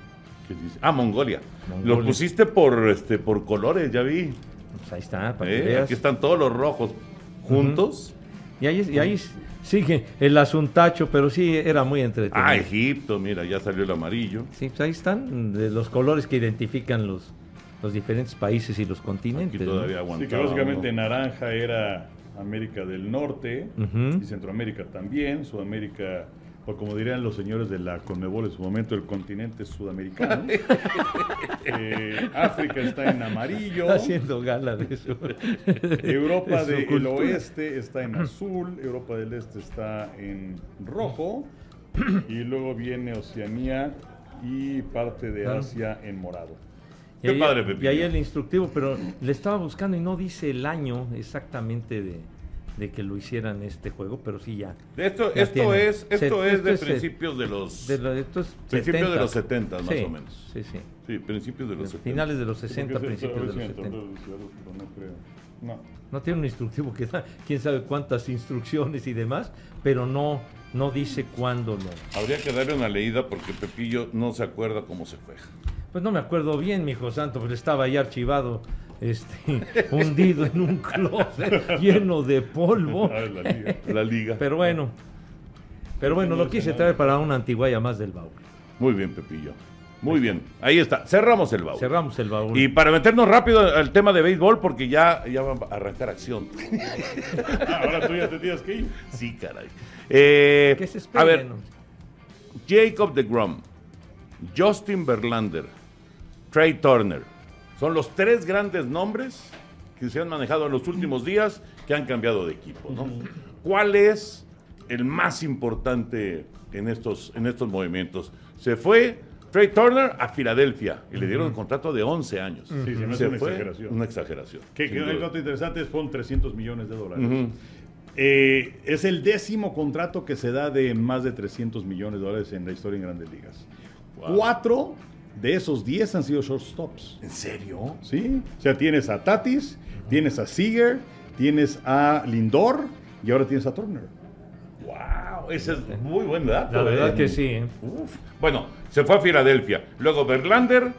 S2: ¿qué dice? Ah, Mongolia.
S4: Mongolia.
S2: Los pusiste por este por colores, ya vi.
S4: pues ahí está, para que
S2: ¿eh?
S4: veas.
S2: Aquí están todos los rojos juntos.
S4: Y ahí, y ahí sigue el asuntacho, pero sí era muy entretenido.
S2: Ah, Egipto, mira, ya salió el amarillo.
S4: Sí, pues ahí están de los colores que identifican los, los diferentes países y los
S2: Aquí
S4: continentes. ¿no?
S2: todavía
S3: Sí,
S2: aguantaba.
S3: que básicamente
S2: uno.
S3: naranja era América del Norte
S4: Ujú.
S3: y Centroamérica también, Sudamérica, o como dirían los señores de la Conmebol en su momento, el continente sudamericano. Eh, África está en amarillo,
S4: Está haciendo gala de eso.
S3: Europa
S4: de su
S3: del
S4: cultura.
S3: Oeste está en azul, Europa del Este está en rojo y luego viene Oceanía y parte de
S4: Ah.
S3: Asia en morado.
S4: Y
S2: Qué
S4: ahí-
S2: padre, Pepillo.
S4: Y ahí el instructivo, pero le estaba buscando y no dice el año exactamente de, de que lo hicieran este juego, pero sí ya.
S2: Esto,
S4: Ya
S2: esto
S4: tiene.
S2: es, esto
S4: Se-
S2: es de
S4: esto es, eh,
S2: principios de los.
S4: De lo- de estos
S2: Principio de
S4: 70s.
S2: los 70s, más
S4: Sí,
S2: o menos.
S4: Sí, sí.
S2: Sí, principios de los 70.
S4: Finales de los 60,
S3: Porque eso-
S4: principios de los
S3: ahorita
S4: 70.
S3: entonces, pero no creo. No.
S4: No tiene un instructivo que da quién sabe cuántas instrucciones y demás, pero no, no dice cuándo lo.
S2: Habría que darle una leída porque Pepillo no se acuerda cómo se juega.
S4: Pues no me acuerdo bien, mijo santo, pero estaba ahí archivado, este, hundido en un closet lleno de polvo.
S3: Ah, la liga.
S2: La liga.
S4: Pero bueno, pero bueno, lo quise traer para una antiguaya más del baúl.
S2: Muy bien, Pepillo. Muy bien. Ahí está. Cerramos el baúl.
S4: Cerramos el baúl.
S2: Y para meternos rápido al tema de béisbol, porque ya, ya va a arrancar acción.
S3: Ah, Ahora tú ya te tienes que ir.
S2: Sí, caray. Eh,
S4: que se
S2: a
S4: esperen,
S2: ver,
S4: hombre.
S2: Jacob DeGrom, Justin Verlander, Trey Turner. Son los tres grandes nombres que se han manejado en los últimos días que han cambiado de equipo, ¿no? ¿Cuál es el más importante en estos, en estos movimientos? Se fue Trey Turner a Filadelfia y le dieron un contrato de 11 años.
S3: Sí, se me hace una exageración.
S2: Una exageración.
S3: Que,
S2: sin
S3: que el
S2: duda.
S3: dato interesante es, fueron 300 millones de dólares.
S2: Ujú.
S3: Eh, es el décimo contrato que se da de más de 300 millones de dólares en la historia en grandes ligas.
S2: Wow.
S3: Cuatro de esos 10 han sido shortstops.
S2: ¿En serio?
S3: ¿sí? O sea, tienes a Tatis, tienes a Seager, tienes a Lindor y ahora tienes a Turner.
S2: ¡Wow! Ese es muy buen dato.
S4: la verdad
S2: ¿eh?
S4: que sí. ¿eh?
S2: Uf. Bueno, se fue a Filadelfia. Luego Verlander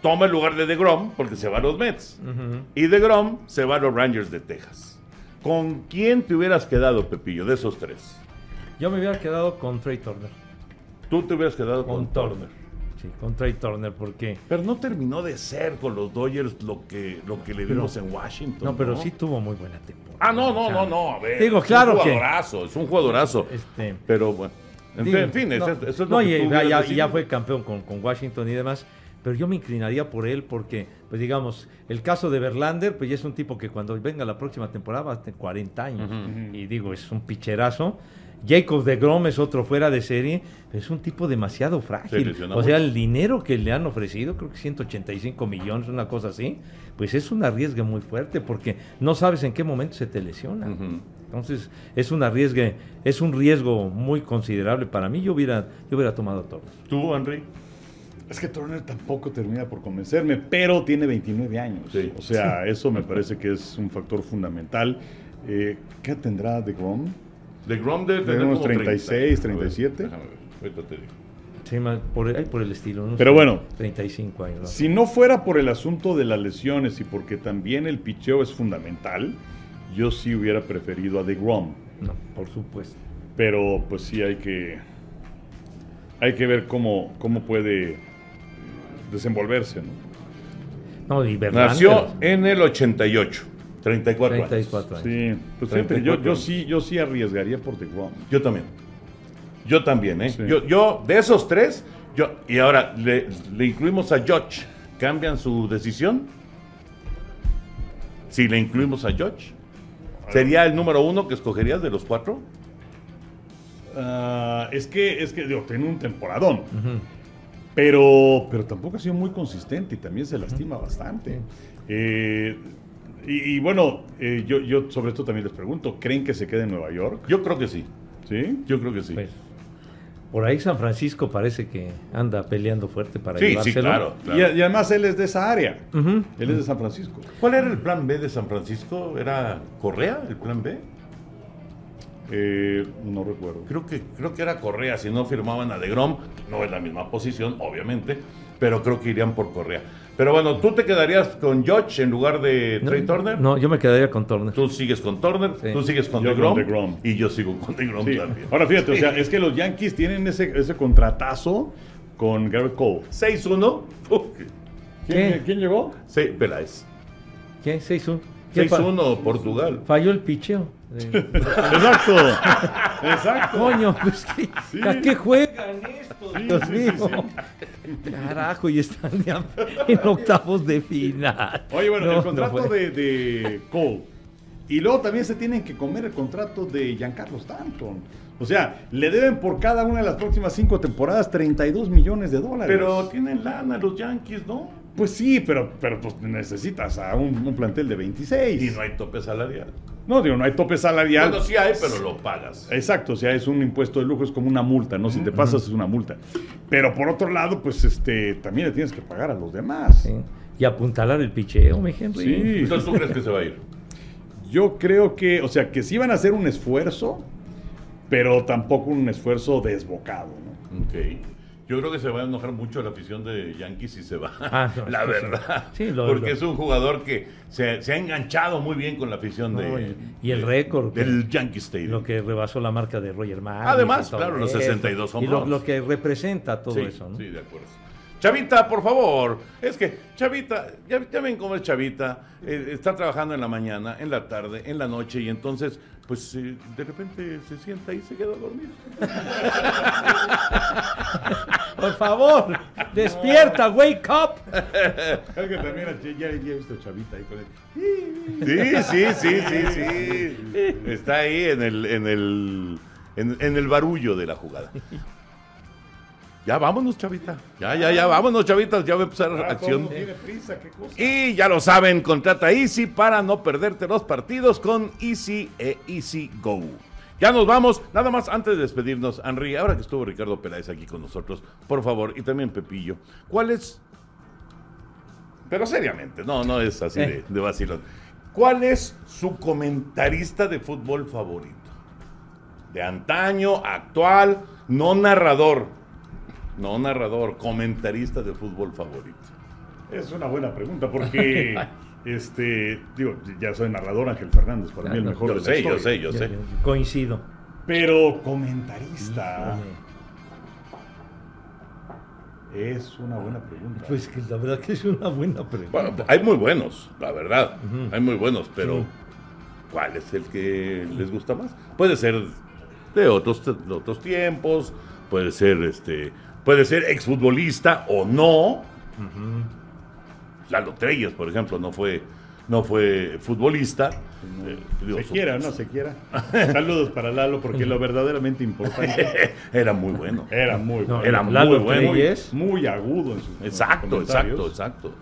S2: toma el lugar de DeGrom porque se va a los Mets. Y DeGrom se va a los Rangers de Texas. ¿Con quién te hubieras quedado, Pepillo, de esos tres?
S4: Yo me hubiera quedado con Trey Turner.
S2: Tú te hubieras quedado con,
S4: Con Turner. Sí, con Trey Turner, porque.
S2: Pero no terminó de ser con los Dodgers lo que, lo que le vimos en Washington.
S4: No, pero sí tuvo muy buena temporada.
S2: Ah, no,
S4: O
S2: no,
S4: sea,
S2: no, no. A ver.
S4: Digo,
S2: es
S4: claro
S2: un
S4: que-
S2: jugadorazo, Es un jugadorazo.
S4: Este-
S2: Pero bueno. En fin,
S4: Digo,
S2: en fin,
S4: no,
S2: eso, es- eso es
S4: no,
S2: lo que
S4: y
S2: tú
S4: ya,
S2: hubieras
S4: ya-
S2: decidido.
S4: ya fue campeón con, con Washington y demás, pero yo me inclinaría por él porque, pues digamos, el caso de Verlander, pues ya es un tipo que cuando venga la próxima temporada va a tener 40 años, y digo, es un picherazo. Jacob de Grom es otro fuera de serie, pero es un tipo demasiado
S2: Se
S4: frágil.
S2: lesionó
S4: O sea, el dinero que le han ofrecido, creo que 185 millones, una cosa así, pues es un arriesgue muy fuerte porque no sabes en qué momento se te lesiona.
S2: Ujú.
S4: Entonces, es un arriesgue, es un riesgo muy considerable para mí. Yo hubiera, yo hubiera tomado a Torres.
S2: ¿Tú, Henry?
S3: Es que Turner tampoco termina por convencerme, pero tiene 29 años.
S2: Sí.
S3: O sea, eso me parece que es un factor fundamental. Eh, ¿Qué tendrá de Grom?
S2: De Grom debe tener
S3: Tenemos
S2: como 30.
S3: 36,
S2: A ver,
S3: 37.
S2: déjame ver, ahorita te digo.
S4: Sí, más por, el- ahí por el estilo. unos
S3: Pero bueno.
S4: 35 años. ¿no?
S3: Si no fuera por el asunto de las lesiones y porque también el picheo es fundamental, yo sí hubiera preferido a DeGrom.
S4: No, por supuesto.
S3: Pero pues sí hay que hay que ver cómo, cómo puede desenvolverse, ¿no?
S4: No, y Verlander.
S2: Nació en el 88, 34 años.
S4: 34 años.
S3: Sí, pues fíjate, yo,
S2: 34.
S3: yo sí yo sí arriesgaría por DeGrom.
S2: Yo también. Yo también, ¿eh?
S3: Sí.
S2: Yo, yo, de esos tres, yo, y ahora le, le incluimos a George. ¿Cambian su decisión? Si le incluimos a George, ¿sería el número uno que escogerías de los cuatro?
S3: Ah, es que es que digo, tiene un temporadón. Pero, pero tampoco ha sido muy consistente y también se lastima bastante. Eh, y, y bueno, eh, yo, yo sobre esto también les pregunto, ¿creen que se quede en Nueva York?
S2: Yo creo que sí.
S3: ¿Sí?
S2: Yo creo que sí.
S4: Pues, por ahí San Francisco parece que anda peleando fuerte para
S2: Sí, sí,
S4: llevárselo.
S2: claro. claro.
S3: Y, a- y además él es de esa área,
S4: Ujú.
S3: él es de San Francisco.
S2: ¿Cuál era el plan B de San Francisco? ¿Era Correa el plan B?
S3: Eh, no recuerdo.
S2: Creo que, creo que era Correa, si no firmaban a DeGrom, no es la misma posición, obviamente, pero creo que irían por Correa. Pero bueno, ¿tú te quedarías con George en lugar de
S4: No,
S2: Trey Turner?
S4: No, yo me quedaría con Turner.
S2: Tú sigues con Turner,
S4: Sí.
S2: tú sigues con
S3: Yo
S2: DeGrom,
S3: con DeGrom.
S2: y yo sigo con DeGrom
S3: Sí.
S2: también.
S3: Ahora fíjate, o sea, es que los Yankees tienen ese, ese contratazo con Garrett Cole.
S2: 6-1, Uf,
S4: ¿Quién-
S3: llegó?
S2: sí, Peláez.
S4: ¿Qué? 6-1. ¿Qué fa-
S2: 6-1 Portugal.
S4: Falló el picheo. Eh,
S3: Exacto. Exacto.
S4: coño, pues ¿qué- ¿a qué juegan estos?
S3: Sí,
S4: Dios
S3: sí, sí,
S4: mío? Carajo, y están ya en octavos de final.
S3: Oye, bueno,
S4: No,
S3: el
S4: no
S3: contrato de,
S4: fue.
S3: de Cole. Y luego también se tienen que comer el contrato de Giancarlo Stanton. O sea, le deben por cada una de las próximas cinco temporadas 32 millones de dólares.
S2: Pero tienen lana los Yankees, ¿no?
S3: pues sí, pero, pero pues necesitas a un, un plantel de 26.
S2: Y no hay tope salarial.
S3: No, digo, no hay tope salarial.
S2: Bueno, sí hay, pero lo pagas.
S4: Eh,
S3: Exacto, o sea, es un impuesto de lujo, es como una multa, ¿no? Si te pasas es una multa. Pero por otro lado, pues este, también le tienes que pagar a los demás.
S4: Sí. Y apuntalar el picheo, mi Henry.
S3: Sí.
S2: Entonces, ¿tú crees que se va a ir?
S3: Yo creo que, o sea, que sí van a hacer un esfuerzo, pero tampoco un esfuerzo desbocado, ¿no?
S2: Ok. Yo creo que se va a enojar mucho la afición de Yankees si se va.
S4: Ah, no,
S2: la
S4: sí,
S2: verdad.
S4: sí. Sí, lo-
S2: Porque
S4: lo-
S2: es un jugador que se, se ha enganchado muy bien con la afición de,
S4: Oye, y el récord.
S2: del Yankee Stadium.
S4: Lo que rebasó la marca de Roger Maris.
S2: Además,
S4: y todo
S2: claro, los
S4: eso.
S2: 62 home
S4: Y lo,
S2: runs.
S4: lo que representa todo
S2: sí,
S4: eso, ¿no?
S2: sí, de acuerdo. Chavita, por favor. Es que Chavita, ya, ya ven cómo es Chavita. eh, está trabajando en la mañana, en la tarde, en la noche y entonces, pues eh, de repente se sienta y se queda dormido.
S4: Por favor, despierta, wake up.
S3: Creo que también ya, he visto Chavita ahí con él.
S2: Sí, sí, sí, sí, sí. Está ahí en el, en el, en, en el barullo de la jugada. Ya vámonos, chavita. Ya, ya, ya, vámonos, chavitas. Ya va a empezar la acción.
S3: Ah, tiene prisa, qué cosa.
S2: Y ya lo saben, contrata a Easy para no perderte los partidos con Easy e Easy Go. Ya nos vamos, nada más antes de despedirnos, Henry, ahora que estuvo Ricardo Peláez aquí con nosotros, por favor, y también Pepillo, ¿cuál es? Pero seriamente, no, no es así de, de vacilón. ¿Cuál es su comentarista de fútbol favorito? De antaño, actual, no narrador. No narrador, comentarista de fútbol favorito.
S3: Es una buena pregunta porque, este, digo, ya soy narrador Ángel Fernández, para mí el
S4: Claro.
S3: mejor
S2: Ah, Yo
S3: de la
S2: sé, yo
S3: historia.
S2: sé, yo sé.
S4: Coincido.
S3: Pero comentarista es una buena pregunta.
S4: Pues que la verdad que es una buena pregunta.
S2: Bueno, hay muy buenos, la verdad. Hay muy buenos, pero ¿cuál es el que les gusta más? Puede ser de otros, de otros tiempos, puede ser este, puede ser exfutbolista o no. Lalo Treyes, por ejemplo, no fue, no fue futbolista. Eh, digo,
S3: Se
S2: su-
S3: quiera, no se quiera. Saludos para Lalo porque lo verdaderamente importante
S2: Era muy bueno.
S3: era muy
S4: No,
S3: bueno.
S2: Era
S4: Lalo
S2: muy bueno.
S4: Treyes.
S3: muy agudo en sus en sus
S2: Exacto, exacto,
S3: comentarios.
S2: exacto.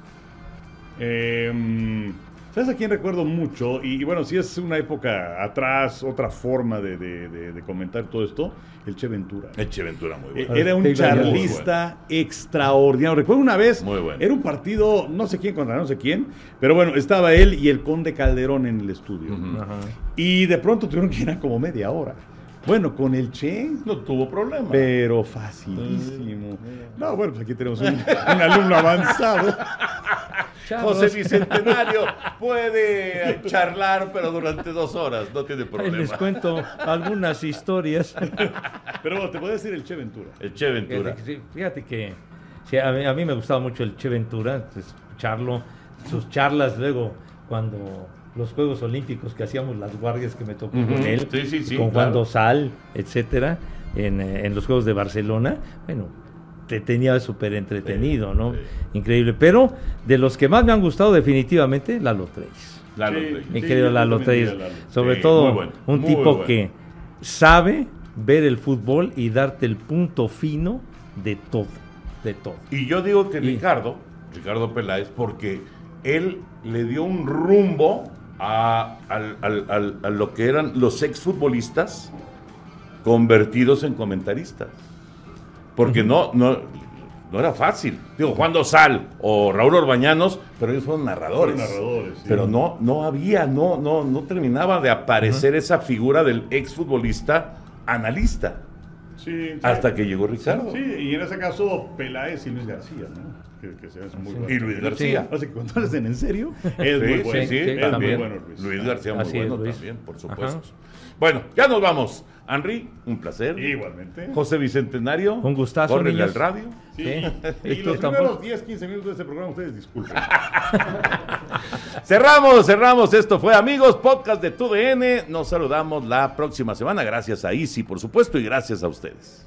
S3: Eh, ¿Sabes a quién recuerdo mucho? Y, y bueno, si es una época atrás, otra forma de, de- de- de comentar todo esto, el Che Ventura.
S2: Echeventura muy
S3: Eh,
S2: bueno.
S3: Era un
S4: Muy bueno.
S3: charlista extraordinario. Recuerdo una vez,
S2: Muy bueno.
S3: era un partido, no sé quién contra no sé quién, pero bueno, estaba él y el conde Calderón en el estudio.
S4: Ajá.
S3: Y de pronto tuvieron que ir a como media hora. Bueno, con el Che,
S2: No tuvo problema.
S3: pero facilísimo. No, bueno, pues aquí tenemos un, un alumno avanzado.
S4: Chavos,
S2: José Bicentenario puede charlar, pero durante dos horas, no tiene
S4: ahí les
S2: problema.
S4: cuento algunas historias.
S3: Pero bueno, te puedo decir el Che Ventura.
S2: El Che Ventura.
S4: Fíjate que, sí, fíjate que, sí, a, mí, a mí me gustaba mucho el Che Ventura, escucharlo, sus charlas luego cuando los Juegos Olímpicos que hacíamos las guardias que me tocó con
S2: Ujú.
S4: él,
S2: Sí, sí, sí,
S4: con Juan
S2: claro.
S4: Dosal, etcétera, en, eh, en los Juegos de Barcelona, bueno, te tenía súper entretenido, ¿no?
S2: sí.
S4: Increíble. Pero de los que más me han gustado definitivamente, Lalo Treyes.
S2: Lalo
S3: Sí.
S2: Reyes.
S4: Mi
S3: Sí,
S4: querido
S3: yo
S4: Lalo
S3: también diría
S4: Treyes.
S3: Lalo.
S4: Sobre
S2: Sí,
S4: todo,
S2: muy bueno,
S4: un
S2: muy
S4: tipo
S2: bueno.
S4: que sabe ver el fútbol y darte el punto fino de todo. de todo.
S2: Y yo digo que
S4: Y-
S2: Ricardo, Ricardo Peláez, porque él le dio un rumbo a, al- al- al- a lo que eran los exfutbolistas convertidos en comentaristas. Porque no, no, no era fácil. Digo, Juan Dosal o Raúl Orbañanos, pero ellos fueron narradores.
S3: Fueron narradores, sí.
S2: Pues, Pero no, no había, no, no, no terminaba de aparecer esa figura del exfutbolista analista.
S3: Sí, sí.
S2: Hasta que llegó Ricardo.
S3: Sí, y en ese caso Peláez y Luis García, ¿no? Que, que se hacen muy buenos.
S2: Y Luis García.
S3: O sea, que cuando hacen en serio, es
S2: Sí,
S3: muy
S2: sí,
S3: bueno.
S2: sí,
S4: sí,
S2: él
S3: es muy
S4: también.
S3: bueno Luis.
S2: García, muy
S4: Así es,
S2: bueno
S4: Luis.
S2: también, por supuesto. Bueno, ya nos vamos. Henry, un placer.
S3: Igualmente.
S2: José Bicentenario.
S4: Un gustazo,
S2: Córrele al
S4: niños.
S2: radio.
S3: Sí.
S4: Sí.
S3: Y
S4: Esto
S3: los
S4: tampoco-
S3: primeros 10, 15 minutos de este programa, ustedes disculpen.
S2: Cerramos, cerramos. Esto fue, amigos, podcast de TUDN. Nos saludamos la próxima semana. Gracias a Isi, por supuesto, y gracias a ustedes.